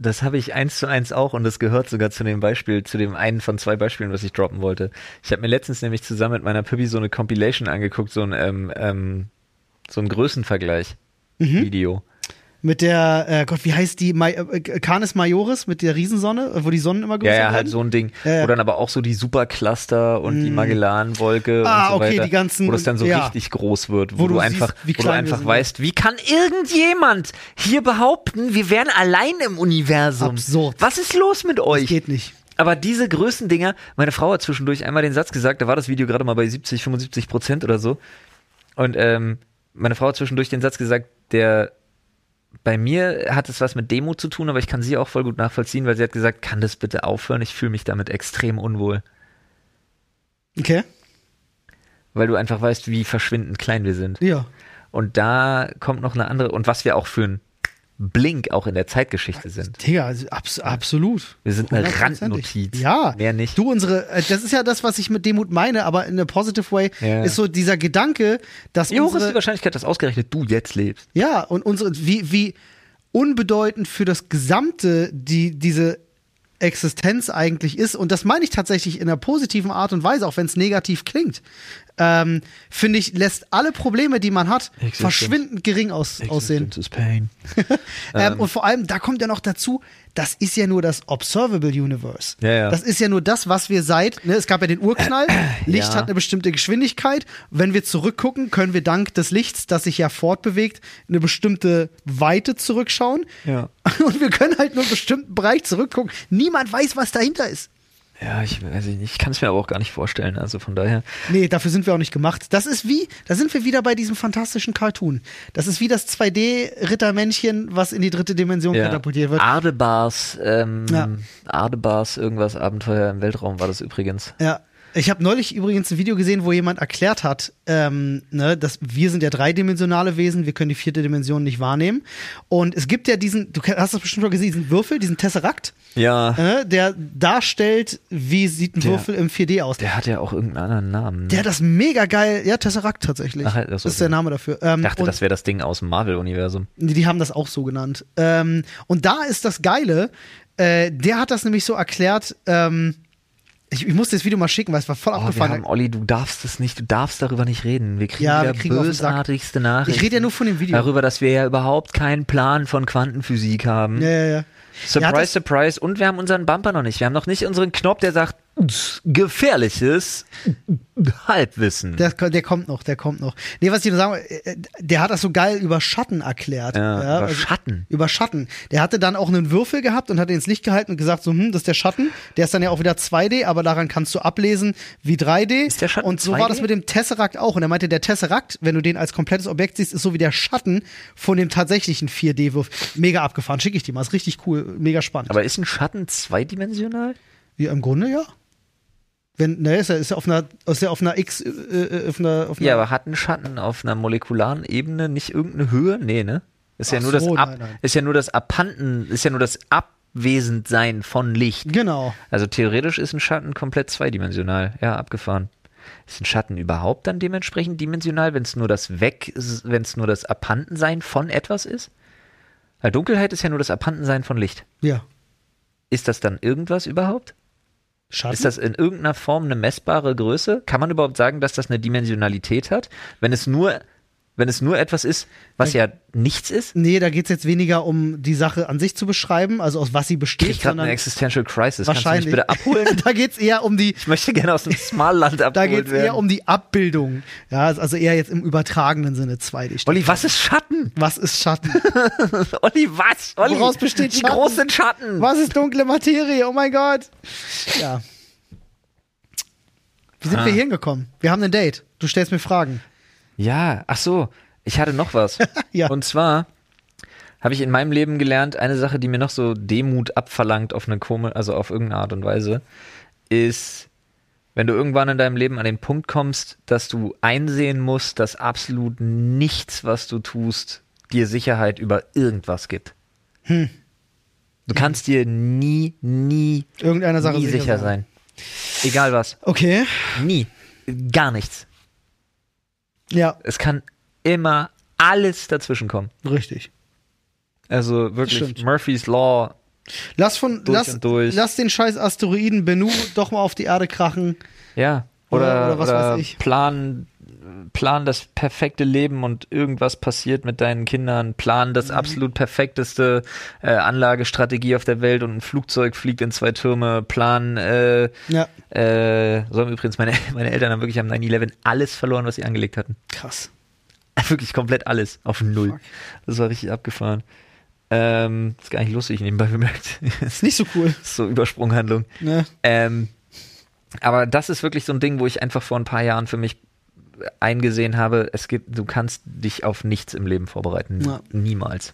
B: Das habe ich eins zu eins auch und das gehört sogar zu dem Beispiel, zu dem einen von zwei Beispielen, was ich droppen wollte. Ich habe mir letztens nämlich zusammen mit meiner Pippi so eine Compilation angeguckt, so ein, ähm, ähm, so ein
A: Mhm.
B: Größenvergleich-Video.
A: Mit der, äh, Gott, wie heißt die? Ma äh, Canis Majoris mit der Riesensonne, äh, wo die Sonnen immer größer
B: Ja, ja,
A: werden?
B: halt so ein Ding.
A: Ja, ja.
B: Wo dann aber auch so die Supercluster und die Magellanwolke
A: Ah,
B: und so
A: okay,
B: weiter,
A: die ganzen-
B: wo das dann so
A: ja.
B: richtig groß wird, wo,
A: Wo
B: du,
A: du
B: einfach,
A: siehst, wie
B: wo du
A: klein wir
B: einfach
A: sind.
B: weißt, wie kann irgendjemand hier behaupten, wir wären allein im Universum?
A: Absurd.
B: Was ist los mit euch?
A: Geht nicht.
B: Aber diese Größendinger, meine Frau hat zwischendurch einmal den Satz gesagt, da war das Video gerade mal bei 70, 75 Prozent oder so. Und ähm, meine Frau hat zwischendurch den Satz gesagt, der bei mir hat es was mit Demut zu tun, aber ich kann sie auch voll gut nachvollziehen, weil sie hat gesagt, kann das bitte aufhören? Ich fühle mich damit extrem unwohl.
A: Okay.
B: Weil du einfach weißt, wie verschwindend klein wir sind.
A: Ja.
B: Und da kommt noch eine andere, und was wir auch für einen Blink auch in der Zeitgeschichte sind.
A: Digga, also abs absolut.
B: Wir sind eine
A: 100%.
B: Randnotiz.
A: Ja.
B: Mehr nicht.
A: Du, unsere, äh, das ist ja das, was ich mit Demut meine, aber in a positive way
B: Ja.
A: ist so dieser Gedanke, dass
B: Wie hoch ist die
A: unsere,
B: Wahrscheinlichkeit, dass ausgerechnet du jetzt lebst?
A: ja, und unsere, wie, wie unbedeutend für das Gesamte die, diese Existenz eigentlich ist. Und das meine ich tatsächlich in einer positiven Art und Weise, auch wenn es negativ klingt. Ähm, finde ich, lässt alle Probleme, die man hat,
B: Existenz.
A: verschwindend gering aus, aussehen.
B: Existence is pain.
A: Ähm, und vor allem, da kommt ja noch dazu, das ist ja nur das Observable Universe.
B: Ja, ja.
A: Das ist ja nur das, was wir seit, ne, es gab ja den Urknall, Licht
B: Ja.
A: hat eine bestimmte Geschwindigkeit. Wenn wir zurückgucken, können wir dank des Lichts, das sich ja fortbewegt, eine bestimmte Weite zurückschauen.
B: Ja.
A: Und wir können halt nur einen bestimmten Bereich zurückgucken. Niemand weiß, was dahinter ist.
B: Ja, ich weiß ich nicht. Ich kann es mir aber auch gar nicht vorstellen. Also von daher.
A: Nee, dafür sind wir auch nicht gemacht. Das ist wie, da sind wir wieder bei diesem fantastischen Cartoon. Das ist wie das 2D-Rittermännchen, was in die dritte Dimension katapultiert wird.
B: Adebars, ähm,
A: Ja.
B: Adebars, irgendwas Abenteuer im Weltraum war das übrigens.
A: Ja. Ich habe neulich übrigens ein Video gesehen, wo jemand erklärt hat, ähm, ne, dass wir sind ja dreidimensionale Wesen, wir können die vierte Dimension nicht wahrnehmen. Und es gibt ja diesen, du hast das bestimmt schon gesehen, diesen Würfel, diesen Tesserakt,
B: Ja.
A: äh, der darstellt, wie sieht ein
B: Der-
A: Würfel im 4D aus.
B: Der hat ja auch irgendeinen anderen Namen. Ne?
A: Der hat das mega geil, ja, Tesserakt tatsächlich.
B: Ach, das
A: das
B: war
A: ist der
B: so.
A: Name dafür. Ähm,
B: ich dachte,
A: und-
B: das wäre das Ding aus dem Marvel-Universum.
A: Nee, Die haben das auch so genannt. Ähm, und da ist das Geile, äh, der hat das nämlich so erklärt, ähm, ich, ich musste das Video mal schicken, weil es war voll
B: Oh, wir
A: abgefahren.
B: haben, Olli, du darfst es nicht, du darfst darüber nicht reden. Wir kriegen
A: Ja,
B: wieder
A: wir kriegen auf den Sack.
B: bösartigste Nachrichten.
A: Ich rede ja nur von dem Video.
B: Darüber, dass wir ja überhaupt keinen Plan von Quantenphysik haben.
A: ja, ja, ja.
B: Surprise,
A: Ja, das-
B: surprise. Und wir haben unseren Bumper noch nicht. Wir haben noch nicht unseren Knopf, der sagt, gefährliches Halbwissen.
A: Der, der kommt noch, der kommt noch. Nee, was ich nur sagen wollte, äh, der hat das so geil über Schatten erklärt. also
B: Ja, also über Schatten.
A: Über Schatten. Der hatte dann auch einen Würfel gehabt und hat ihn ins Licht gehalten und gesagt, so, hm, das ist der Schatten. Der ist dann ja auch wieder 2D, aber daran kannst du ablesen wie 3D.
B: Ist der Schatten
A: und so war
B: 2D?
A: das mit dem Tesseract auch. Und er meinte, der Tesseract, wenn du den als komplettes Objekt siehst, ist so wie der Schatten von dem tatsächlichen 4D-Wurf. Mega abgefahren, schicke ich dir mal. Ist richtig cool, mega spannend.
B: Aber ist ein Schatten zweidimensional?
A: Ja, im Grunde ja. Wenn, naja, ist ja, ist ja auf einer, ist ja auf einer X, äh, äh, auf einer, auf einer
B: Ja, aber hat ein Schatten auf einer molekularen Ebene nicht irgendeine Höhe? Nee, ne? Ist ja
A: Ach
B: nur das
A: so,
B: Ab,
A: nein, nein.
B: ist ja nur das Abhanden, ist ja nur das Abwesendsein von Licht.
A: genau.
B: Also theoretisch ist ein Schatten komplett zweidimensional. Ja, abgefahren. Ist ein Schatten überhaupt dann dementsprechend dimensional, wenn es nur das Weg, wenn es nur das Abhandensein von etwas ist? Weil Dunkelheit ist ja nur das Abhandensein von Licht.
A: Ja.
B: Ist das dann irgendwas überhaupt?
A: Schatten?
B: Ist das in irgendeiner Form eine messbare Größe? Kann man überhaupt sagen, dass das eine Dimensionalität hat, wenn es nur, wenn es nur etwas ist, was ja nichts ist?
A: nee, da geht's jetzt weniger um die Sache an sich zu beschreiben, also aus was sie
B: Krieg
A: besteht,
B: ich gerade eine
A: sondern
B: Existential Crisis. Kannst du mich
A: wahrscheinlich.
B: bitte abholen?
A: da geht's eher um die,
B: Ich möchte gerne aus dem Smallland abgeholt
A: da geht's
B: werden.
A: eher um die Abbildung. Ja, also eher jetzt im übertragenen Sinne 2D.
B: Olli, was ist Schatten?
A: Was ist Schatten?
B: Olli, was? Olli,
A: Woraus besteht
B: Wie
A: Schatten?
B: groß sind Schatten?
A: was ist dunkle Materie? Oh mein Gott. Ja. Wie
B: Ah.
A: sind wir hier hingekommen? Wir haben ein Date. Du stellst mir Fragen.
B: Ja, ach so, ich hatte noch was.
A: Ja.
B: Und zwar habe ich in meinem Leben gelernt, eine Sache, die mir noch so Demut abverlangt auf eine komische, also auf irgendeine Art und Weise, ist, wenn du irgendwann in deinem Leben an den Punkt kommst, dass du einsehen musst, dass absolut nichts, was du tust, dir Sicherheit über irgendwas gibt. Du kannst dir nie, nie,
A: Irgendeiner Sache
B: nie sicher sein. Egal was.
A: Okay.
B: Nie. Gar nichts.
A: Ja,
B: Es kann immer alles dazwischen kommen.
A: richtig.
B: Also wirklich
A: Stimmt.
B: Murphy's Law.
A: Lass von
B: Durch
A: lass,
B: und durch.
A: lass den scheiß Asteroiden Bennu doch mal auf die Erde krachen.
B: Ja. Oder,
A: Oder-
B: oder,
A: oder was weiß ich.
B: Plan, plan das perfekte Leben und irgendwas passiert mit deinen Kindern. Plan
A: Mhm.
B: das absolut perfekteste äh, Anlagestrategie auf der Welt und ein Flugzeug fliegt in zwei Türme. Plan, äh,
A: Ja,
B: äh, sollen übrigens, meine, meine Eltern haben wirklich am 9-11 alles verloren, was sie angelegt hatten.
A: krass.
B: Wirklich komplett alles auf Null.
A: Fuck.
B: Das war richtig abgefahren. Ähm, ist gar nicht lustig nebenbei bemerkt.
A: Ist nicht so cool.
B: so Übersprunghandlung.
A: Ne?
B: Ähm, aber das ist wirklich so ein Ding, wo ich einfach vor ein paar Jahren für mich eingesehen habe, es gibt, du kannst dich auf nichts im Leben vorbereiten.
A: Ja.
B: Niemals.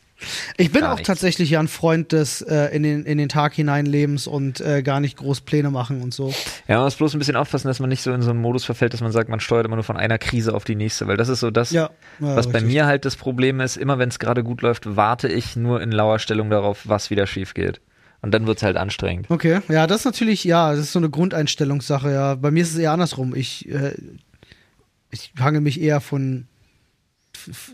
A: Ich bin
B: Gar
A: auch
B: nichts.
A: tatsächlich ja ein Freund des äh, in, den, in den Tag hineinlebens und äh, gar nicht groß Pläne machen und so.
B: Ja, man muss bloß ein bisschen aufpassen, dass man nicht so in so einen Modus verfällt, dass man sagt, man steuert immer nur von einer Krise auf die nächste, weil das ist so das,
A: Ja, ja,
B: was bei
A: richtig.
B: mir halt das Problem ist, immer wenn es gerade gut läuft, warte ich nur in lauer Stellung darauf, was wieder schief geht. Und dann wird es halt anstrengend.
A: Okay, ja, das ist natürlich, ja, das ist so eine Grundeinstellungssache, ja. Bei mir ist es eher andersrum. Ich, äh, ich hange mich eher von. f- f-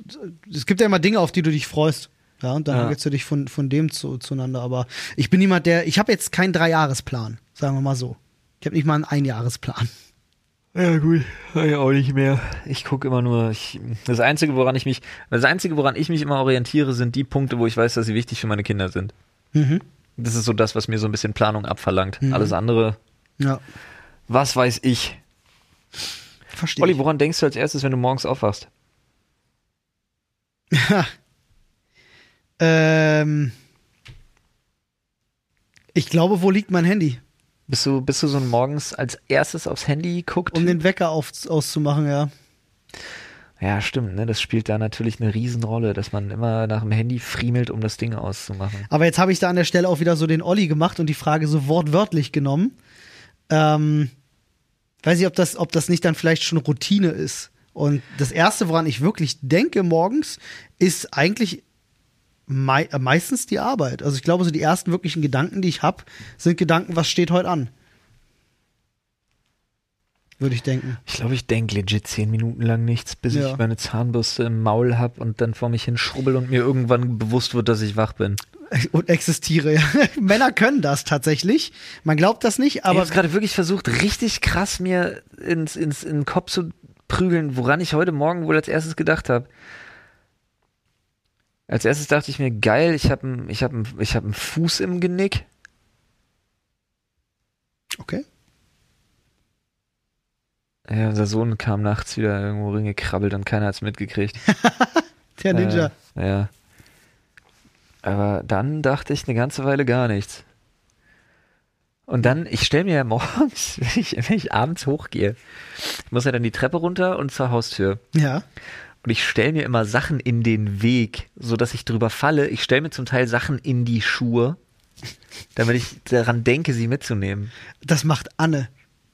A: Es gibt ja immer Dinge, auf die du dich freust. Ja, und dann
B: Ja.
A: hangelst du dich von, von dem zu, zueinander. Aber ich bin niemand, der. Ich habe jetzt keinen Dreijahresplan, sagen wir mal so. Ich habe nicht mal einen Einjahresplan.
B: Ja, gut, ja auch nicht mehr. Ich gucke immer nur, ich, das einzige, woran ich mich, das einzige, woran ich mich immer orientiere, sind die Punkte, wo ich weiß, dass sie wichtig für meine Kinder sind.
A: Mhm.
B: Das ist so das, was mir so ein bisschen Planung abverlangt. Alles andere,
A: Ja,
B: was weiß ich.
A: verstehe.
B: Olli, woran denkst du als erstes, wenn du morgens aufwachst?
A: Ähm, ich glaube, wo liegt mein Handy?
B: Bist du, bist du so ein morgens als erstes aufs Handy guckt?
A: Um den Wecker auf, auszumachen, ja.
B: ja, stimmt, ne? Das spielt da natürlich eine Riesenrolle, dass man immer nach dem Handy friemelt, um das Ding auszumachen.
A: Aber jetzt habe ich da an der Stelle auch wieder so den Olli gemacht und die Frage so wortwörtlich genommen. Ähm, weiß ich, ob das, ob das nicht dann vielleicht schon Routine ist. Und das Erste, woran ich wirklich denke morgens, ist eigentlich mei äh, meistens die Arbeit. Also ich glaube, so die ersten wirklichen Gedanken, die ich habe, sind Gedanken, was steht heute an. Würde ich denken.
B: Ich glaube, ich denke legit zehn Minuten lang nichts, bis
A: Ja.
B: ich meine Zahnbürste im Maul habe und dann vor mich hin schrubbel und mir irgendwann bewusst wird, dass ich wach bin.
A: Und existiere. ja. Männer können das tatsächlich. Man glaubt das nicht,
B: Aber ich
A: aber
B: habe gerade wirklich versucht, richtig krass mir ins, ins, in den Kopf zu prügeln, woran ich heute Morgen wohl als erstes gedacht habe. Als erstes dachte ich mir, geil, ich habe einen ich hab einen- ich hab einen Fuß im Genick.
A: okay.
B: Ja, unser Sohn kam nachts wieder irgendwo ringekrabbelt und keiner hat's mitgekriegt.
A: Der Ninja.
B: Äh, ja. Aber dann dachte ich eine ganze Weile gar nichts. Und dann, ich stelle mir ja morgens, wenn ich, wenn ich abends hochgehe, ich muss ja dann die Treppe runter und zur Haustür.
A: Ja.
B: Und ich stelle mir immer Sachen in den Weg, sodass ich drüber falle. Ich stelle mir zum Teil Sachen in die Schuhe, damit ich daran denke, sie mitzunehmen.
A: Das macht Anne.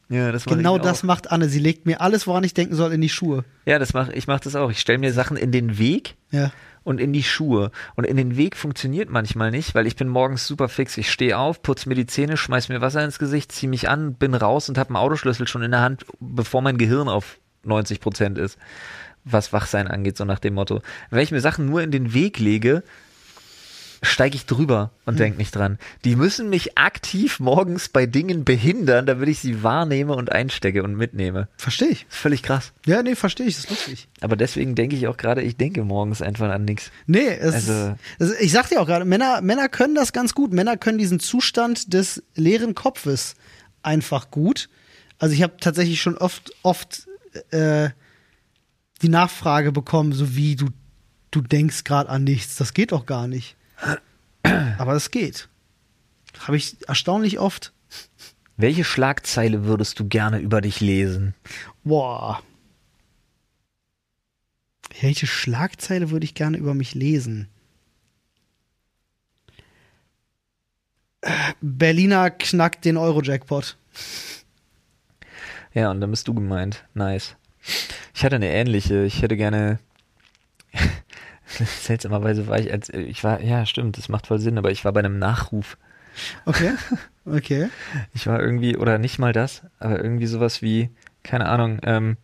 B: Ja, das mache
A: Genau
B: ich auch.
A: das macht Anne. Sie legt mir alles, woran ich denken soll, in die Schuhe.
B: Ja, das mach, ich mache das auch. Ich stelle mir Sachen in den Weg
A: Ja.
B: und in die Schuhe. Und in den Weg funktioniert manchmal nicht, weil ich bin morgens super fix. Ich stehe auf, putze mir die Zähne, schmeiß mir Wasser ins Gesicht, ziehe mich an, bin raus und habe einen Autoschlüssel schon in der Hand, bevor mein Gehirn auf 90 Prozent ist, was Wachsein angeht, so nach dem Motto. Wenn ich mir Sachen nur in den Weg lege, steige ich drüber und denke nicht dran. Die müssen mich aktiv morgens bei Dingen behindern, damit ich sie wahrnehme und einstecke und mitnehme.
A: Verstehe ich.
B: Ist völlig krass.
A: Ja, nee, verstehe ich. Das ist lustig.
B: Aber deswegen denke ich auch gerade, ich denke morgens einfach an nichts.
A: Nee, es
B: Also-
A: ist, es- ich sag dir auch gerade, Männer, Männer können das ganz gut. Männer können diesen Zustand des leeren Kopfes einfach gut. Also ich habe tatsächlich schon oft, oft äh, die Nachfrage bekommen, so wie du, du denkst gerade an nichts. Das geht doch gar nicht. Aber es geht. Habe ich erstaunlich oft.
B: Welche Schlagzeile würdest du gerne über dich lesen?
A: Boah. Welche Schlagzeile würde ich gerne über mich lesen? Äh, Berliner knackt den Euro-Jackpot.
B: Ja, und dann bist du gemeint. Nice. Ich hatte eine ähnliche. Ich hätte gerne. Seltsamerweise war ich als. Ich war, ja, stimmt, das macht voll Sinn, aber ich war bei einem Nachruf.
A: Okay. Okay.
B: Ich war irgendwie, oder nicht mal das, aber irgendwie sowas wie, keine Ahnung, ähm,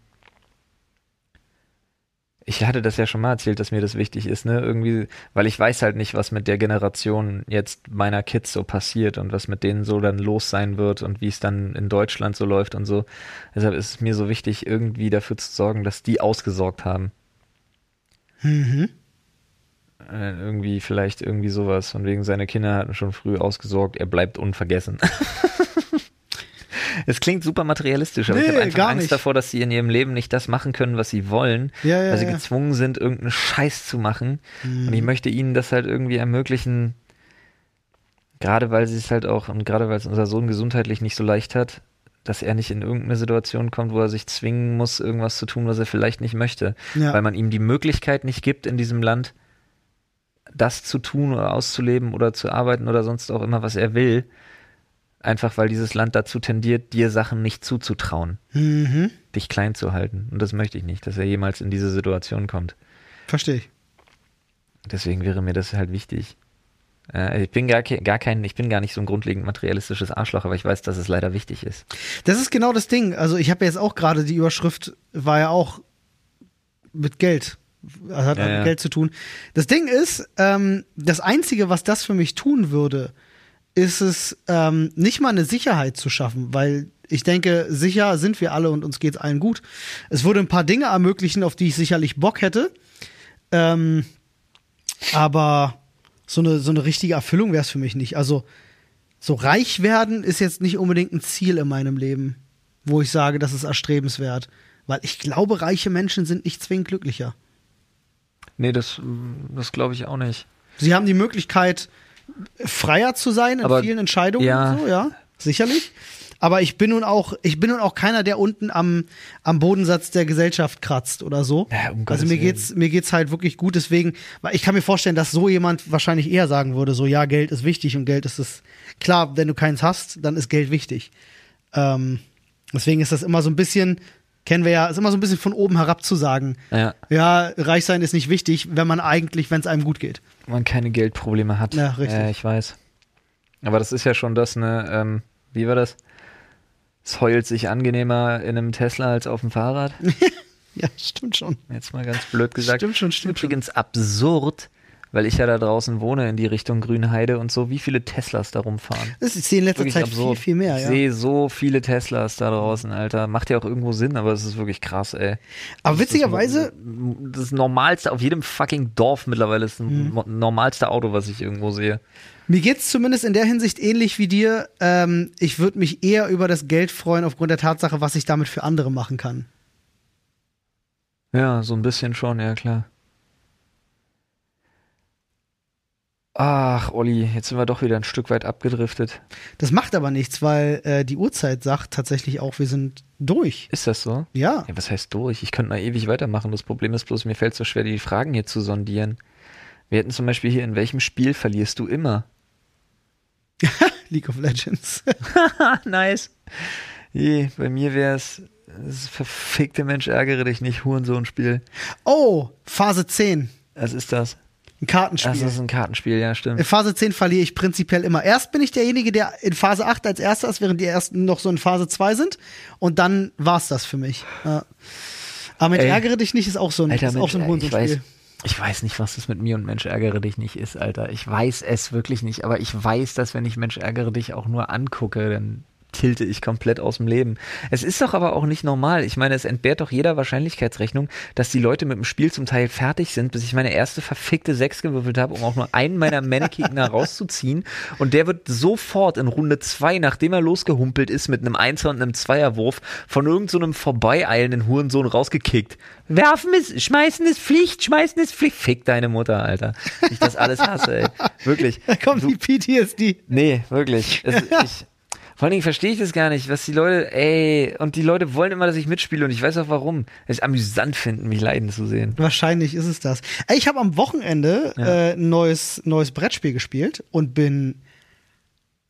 B: ich hatte das ja schon mal erzählt, dass mir das wichtig ist, ne? Irgendwie, weil ich weiß halt nicht, was mit der Generation jetzt meiner Kids so passiert und was mit denen so dann los sein wird und wie es dann in Deutschland so läuft und so. Deshalb ist es mir so wichtig, irgendwie dafür zu sorgen, dass die ausgesorgt haben.
A: Mhm.
B: Äh, irgendwie vielleicht irgendwie sowas. Von wegen seine Kinder hatten schon früh ausgesorgt, er bleibt unvergessen. Es klingt super materialistisch, aber ich
A: Nee,
B: habe einfach
A: gar
B: Angst
A: nicht.
B: davor, dass sie in ihrem Leben nicht das machen können, was sie wollen,
A: Ja, ja,
B: weil sie
A: ja. Hm.
B: gezwungen sind, irgendeinen Scheiß zu machen. Und ich möchte ihnen das halt irgendwie ermöglichen, gerade weil sie es halt auch und gerade weil es unser Sohn gesundheitlich nicht so leicht hat, dass er nicht in irgendeine Situation kommt, wo er sich zwingen muss, irgendwas zu tun, was er vielleicht nicht möchte,
A: Ja.
B: weil man ihm die Möglichkeit nicht gibt in diesem Land, das zu tun oder auszuleben oder zu arbeiten oder sonst auch immer, was er will. Einfach weil dieses Land dazu tendiert, dir Sachen nicht zuzutrauen,
A: Mhm.
B: dich klein zu halten. Und das möchte ich nicht, dass er jemals in diese Situation kommt.
A: Verstehe ich.
B: Deswegen wäre mir das halt wichtig. Äh, ich bin gar, ke- gar kein, ich bin gar nicht so ein grundlegend materialistisches Arschloch, aber ich weiß, dass es leider wichtig ist.
A: Das ist genau das Ding. Also ich habe jetzt auch gerade die Überschrift war ja auch mit Geld. Also hat
B: Ja,
A: mit
B: ja.
A: Geld zu tun. Das Ding ist, ähm, das Einzige, was das für mich tun würde, ist es ähm, nicht mal eine Sicherheit zu schaffen, weil ich denke, sicher sind wir alle und uns geht's allen gut. Es würde ein paar Dinge ermöglichen, auf die ich sicherlich Bock hätte. Ähm, aber so eine, so eine richtige Erfüllung wäre es für mich nicht. Also so reich werden ist jetzt nicht unbedingt ein Ziel in meinem Leben, wo ich sage, das ist erstrebenswert. Weil ich glaube, reiche Menschen sind nicht zwingend glücklicher.
B: Nee, das, das glaube ich auch nicht.
A: Sie haben die Möglichkeit, freier zu sein in
B: Aber-
A: vielen Entscheidungen
B: ja.
A: und so, ja, sicherlich. Aber ich bin nun auch, ich bin nun auch keiner, der unten am, am Bodensatz der Gesellschaft kratzt oder so.
B: Ja, um Gottes
A: also mir
B: Willen.
A: geht's, mir geht's halt wirklich gut, deswegen, weil ich kann mir vorstellen, dass so jemand wahrscheinlich eher sagen würde, so ja, Geld ist wichtig und Geld ist es. Klar, wenn du keins hast, dann ist Geld wichtig. Ähm, deswegen ist das immer so ein bisschen, kennen wir ja, ist immer so ein bisschen von oben herab zu sagen,
B: Ja.
A: ja, reich sein ist nicht wichtig, wenn man eigentlich, wenn es einem gut geht.
B: man keine Geldprobleme hat.
A: Ja, richtig.
B: Äh, ich weiß. Aber das ist ja schon das, ne, ähm, wie war das? Es heult sich angenehmer in einem Tesla als auf dem Fahrrad.
A: Ja, stimmt schon.
B: Jetzt mal ganz blöd gesagt.
A: Stimmt schon, stimmt
B: Übrigens absurd, weil ich ja da draußen wohne in die Richtung Grünheide und so, wie viele Teslas da rumfahren.
A: Das ist in letzter
B: Wirklich
A: Zeit
B: absurd.
A: viel, viel mehr,
B: Ich
A: ja.
B: sehe so viele Teslas da draußen, Alter. Macht ja auch irgendwo Sinn, aber es ist wirklich krass, ey.
A: Aber
B: Das ist
A: witzigerweise-
B: Das, das Normalste, auf jedem fucking Dorf mittlerweile ist ein
A: Mhm.
B: mo- normalste Auto, was ich irgendwo sehe.
A: Mir geht's zumindest in der Hinsicht ähnlich wie dir. Ähm, ich würde mich eher über das Geld freuen, aufgrund der Tatsache, was ich damit für andere machen kann.
B: Ja, so ein bisschen schon, ja klar. Ach, Olli, jetzt sind wir doch wieder ein Stück weit abgedriftet.
A: Das macht aber nichts, weil äh, die Uhrzeit sagt tatsächlich auch, wir sind durch.
B: Ist das so?
A: Ja.
B: Ja, was heißt durch? Ich könnte noch ewig weitermachen. Das Problem ist bloß, mir fällt so schwer, die Fragen hier zu sondieren. Wir hätten zum Beispiel hier, in welchem Spiel verlierst du immer?
A: League of Legends.
B: nice. Je, bei mir wäre es, das verfickte Mensch, ärgere dich nicht, Hurensohn-Spiel.
A: oh, Phase 10.
B: Was ist das?
A: Ein Kartenspiel.
B: Ach, das ist ein Kartenspiel, ja,
A: in
B: stimmt.
A: Phase 10 verliere ich prinzipiell immer. Erst bin ich derjenige, der in Phase 8 als erster ist, während die ersten noch so in Phase 2 sind. Und dann war's das für mich. Ja. Aber Mensch,
B: Ey.
A: ärgere dich nicht, ist auch so ein,
B: Alter,
A: ist auch
B: Mensch,
A: so ein
B: ich, weiß,
A: Hurensohn-Spiel.
B: ich weiß nicht, was das mit mir und Mensch, ärgere dich nicht ist, Alter. Ich weiß es wirklich nicht, aber ich weiß, dass wenn ich Mensch, ärgere dich auch nur angucke, dann tilte ich komplett aus dem Leben. Es ist doch aber auch nicht normal. Ich meine, es entbehrt doch jeder Wahrscheinlichkeitsrechnung, dass die Leute mit dem Spiel zum Teil fertig sind, bis ich meine erste verfickte Sechs gewürfelt habe, um auch nur einen meiner Männergegner rauszuziehen. Und der wird sofort in Runde zwei, nachdem er losgehumpelt ist mit einem Einser und einem Zweierwurf, von irgendeinem so einem vorbeieilenden Hurensohn rausgekickt. Werfen ist, schmeißen ist Pflicht, schmeißen ist Pflicht. Fick deine Mutter, Alter. Ich das alles hasse, ey. Wirklich.
A: Da kommt
B: Du-
A: die PTSD.
B: Nee, wirklich. Es, ich, vor allen Dingen verstehe ich das gar nicht, was die Leute, ey, und die Leute wollen immer, dass ich mitspiele und ich weiß auch warum. Es ist amüsant finden, mich leiden zu sehen.
A: Wahrscheinlich ist es das. Ey, Ich habe am Wochenende äh, ein neues, neues Brettspiel gespielt und bin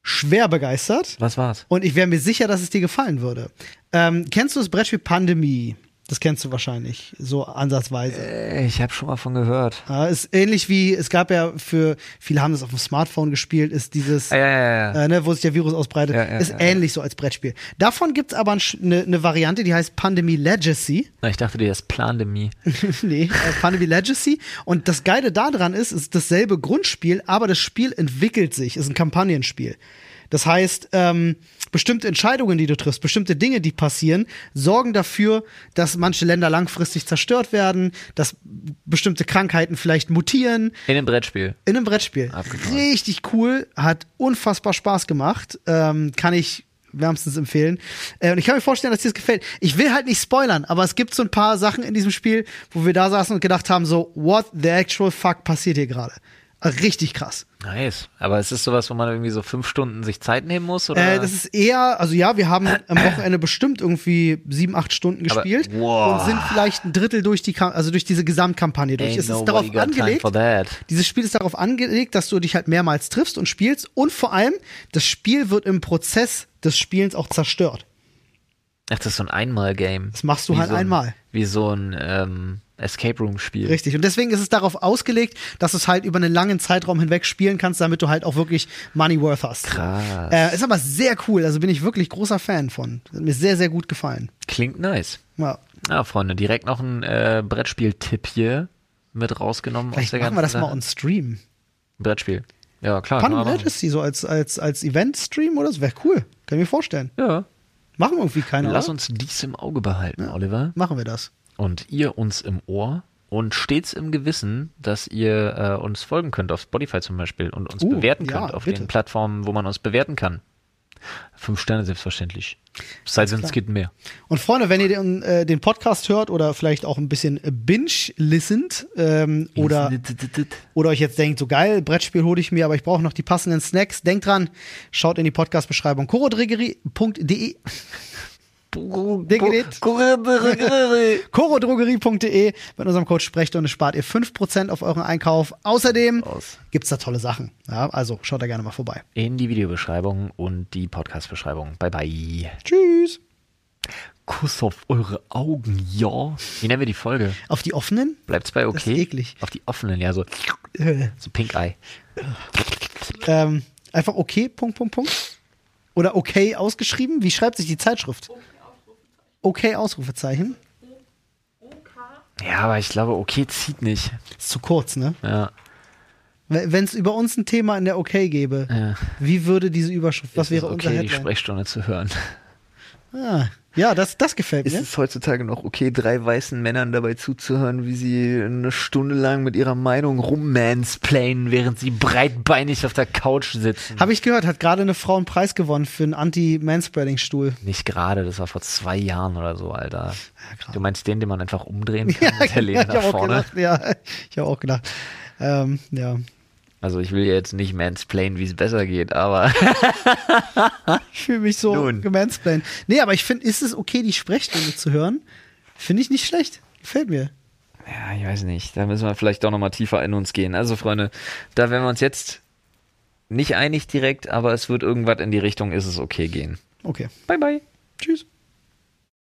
A: schwer begeistert.
B: Was war's?
A: Und ich wäre mir sicher, dass es dir gefallen würde. Ähm, kennst du das Brettspiel Pandemie? Das kennst du wahrscheinlich, so ansatzweise.
B: Ey, Äh, Ich habe schon mal von gehört.
A: Ja, Ah, ist ähnlich wie, es gab ja für, viele haben das auf dem Smartphone gespielt, ist dieses,
B: Ah, ja, ja, ja.
A: äh, ne, wo sich der Virus ausbreitet,
B: Ja, ja,
A: ist
B: ja,
A: ähnlich so als Brettspiel. Davon gibt's aber eine ne ne Variante, die heißt Pandemie Legacy.
B: Na, Ich dachte, dir das Plandemie.
A: nee, äh, Pandemie Legacy. Und das Geile daran ist, ist dasselbe Grundspiel, aber das Spiel entwickelt sich, ist ein Kampagnenspiel. Das heißt, ähm, bestimmte Entscheidungen, die du triffst, bestimmte Dinge, die passieren, sorgen dafür, dass manche Länder langfristig zerstört werden, dass bestimmte Krankheiten vielleicht mutieren,
B: In einem Brettspiel.
A: in einem Brettspiel.
B: Abgefahren.
A: Richtig cool, hat unfassbar Spaß gemacht. Ähm, kann ich wärmstens empfehlen. Äh, und ich kann mir vorstellen, dass dir das gefällt. Ich will halt nicht spoilern, aber es gibt so ein paar Sachen in diesem Spiel, wo wir da saßen und gedacht haben, so, what the actual fuck passiert hier gerade? Richtig krass.
B: Nice. Aber es ist sowas, wo man irgendwie so fünf Stunden sich Zeit nehmen muss, oder?
A: Äh, das ist eher, also ja, wir haben am Wochenende bestimmt irgendwie sieben, acht Stunden
B: Aber-
A: gespielt
B: Wow.
A: und sind vielleicht ein Drittel durch die, Kam- also durch diese Gesamtkampagne durch.
B: Ain't
A: es ist
B: nobody
A: darauf
B: got time
A: angelegt,
B: for that.
A: Dieses Spiel ist darauf angelegt, dass du dich halt mehrmals triffst und spielst und vor allem das Spiel wird im Prozess des Spielens auch zerstört.
B: Ach, das ist so ein Einmal-Game.
A: Das machst du
B: Wie
A: halt
B: so ein,
A: einmal.
B: Wie so ein ähm, Escape Room-Spiel.
A: Richtig. Und deswegen ist es darauf ausgelegt, dass du es halt über einen langen Zeitraum hinweg spielen kannst, damit du halt auch wirklich Money worth hast.
B: Krass.
A: Äh, ist aber sehr cool. Also bin ich wirklich großer Fan von. Hat mir sehr, sehr gut gefallen.
B: Klingt nice.
A: Ja.
B: Ja, Freunde, direkt noch ein äh, Brettspiel-Tipp hier mit rausgenommen aus
A: Vielleicht
B: der
A: machen
B: ganzen
A: wir das mal
B: Sache.
A: on Stream.
B: Brettspiel. Ja, klar. kann
A: Pan
B: man machen.
A: Legacy so als, als, als Event-Stream oder so. Wäre cool. Kann ich mir vorstellen.
B: Ja.
A: Machen wir irgendwie keiner.
B: Lass
A: oder?
B: uns dies im Auge behalten, Oliver.
A: Machen wir das.
B: Und ihr uns im Ohr. Und stets im Gewissen, dass ihr äh, uns folgen könnt auf Spotify zum Beispiel und uns
A: Uh,
B: bewerten
A: ja,
B: könnt auf
A: bitte.
B: den Plattformen, wo man uns bewerten kann. Fünf Sterne selbstverständlich. Sei denn, es geht mehr.
A: Und Freunde, wenn ihr den, äh, den Podcast hört oder vielleicht auch ein bisschen binge-listend ähm, oder, oder euch jetzt denkt, so geil, Brettspiel hole ich mir, aber ich brauche noch die passenden Snacks, denkt dran, schaut in die Podcast-Beschreibung chorodrogerie.de Digidit. chorodrogerie.de mit unserem Code sprecht und spart ihr 5% auf euren Einkauf. Außerdem
B: Aus.
A: gibt's da tolle Sachen. Ja, also schaut da gerne mal vorbei.
B: In die Videobeschreibung und die Podcast-Beschreibung. Bye bye.
A: Tschüss.
B: Kuss auf eure Augen, ja. Wie nennen wir die Folge?
A: Auf die offenen?
B: Bleibt's bei okay?
A: ist eklig. Äh.
B: Auf die offenen, ja, so, so Pink Eye.
A: Ähm, einfach okay, Punkt, Punkt, Punkt. Oder okay ausgeschrieben. Wie schreibt sich die Zeitschrift? Okay, Ausrufezeichen.
B: Ja, aber ich glaube, okay zieht nicht.
A: Ist zu kurz, ne?
B: Ja.
A: Wenn es über uns ein Thema in der OK gäbe,
B: Ja.
A: wie würde diese Überschrift, was
B: Ist es
A: wäre unser
B: okay, die
A: Headline?
B: Sprechstunde zu hören?
A: Ah, ja, das, das gefällt
B: Ist
A: mir.
B: es heutzutage noch okay, drei weißen Männern dabei zuzuhören, wie sie eine Stunde lang mit ihrer Meinung rummansplainen, während sie breitbeinig auf der Couch sitzen?
A: Habe ich gehört, hat gerade eine Frau einen Preis gewonnen für einen Anti-Manspreading-Stuhl.
B: Nicht gerade, das war vor zwei Jahren oder so, Alter.
A: gerade.
B: du meinst den, den man einfach umdrehen kann mit der Lehne
A: ich
B: nach
A: habe auch
B: vorne?
A: gedacht, ja, ich habe auch gedacht. Ähm, ja.
B: Also ich will jetzt nicht mansplainen, wie es besser geht, aber
A: Ich fühle mich so
B: Nun.
A: gemansplained. Nee, aber ich finde, ist es okay, die Sprechstunde zu hören? Finde ich nicht schlecht. Gefällt mir.
B: ja, ich weiß nicht. Da müssen wir vielleicht doch nochmal tiefer in uns gehen. Also Freunde, da werden wir uns jetzt nicht einig direkt, aber es wird irgendwas in die Richtung, ist es okay gehen.
A: Okay.
B: Bye, bye.
A: Tschüss.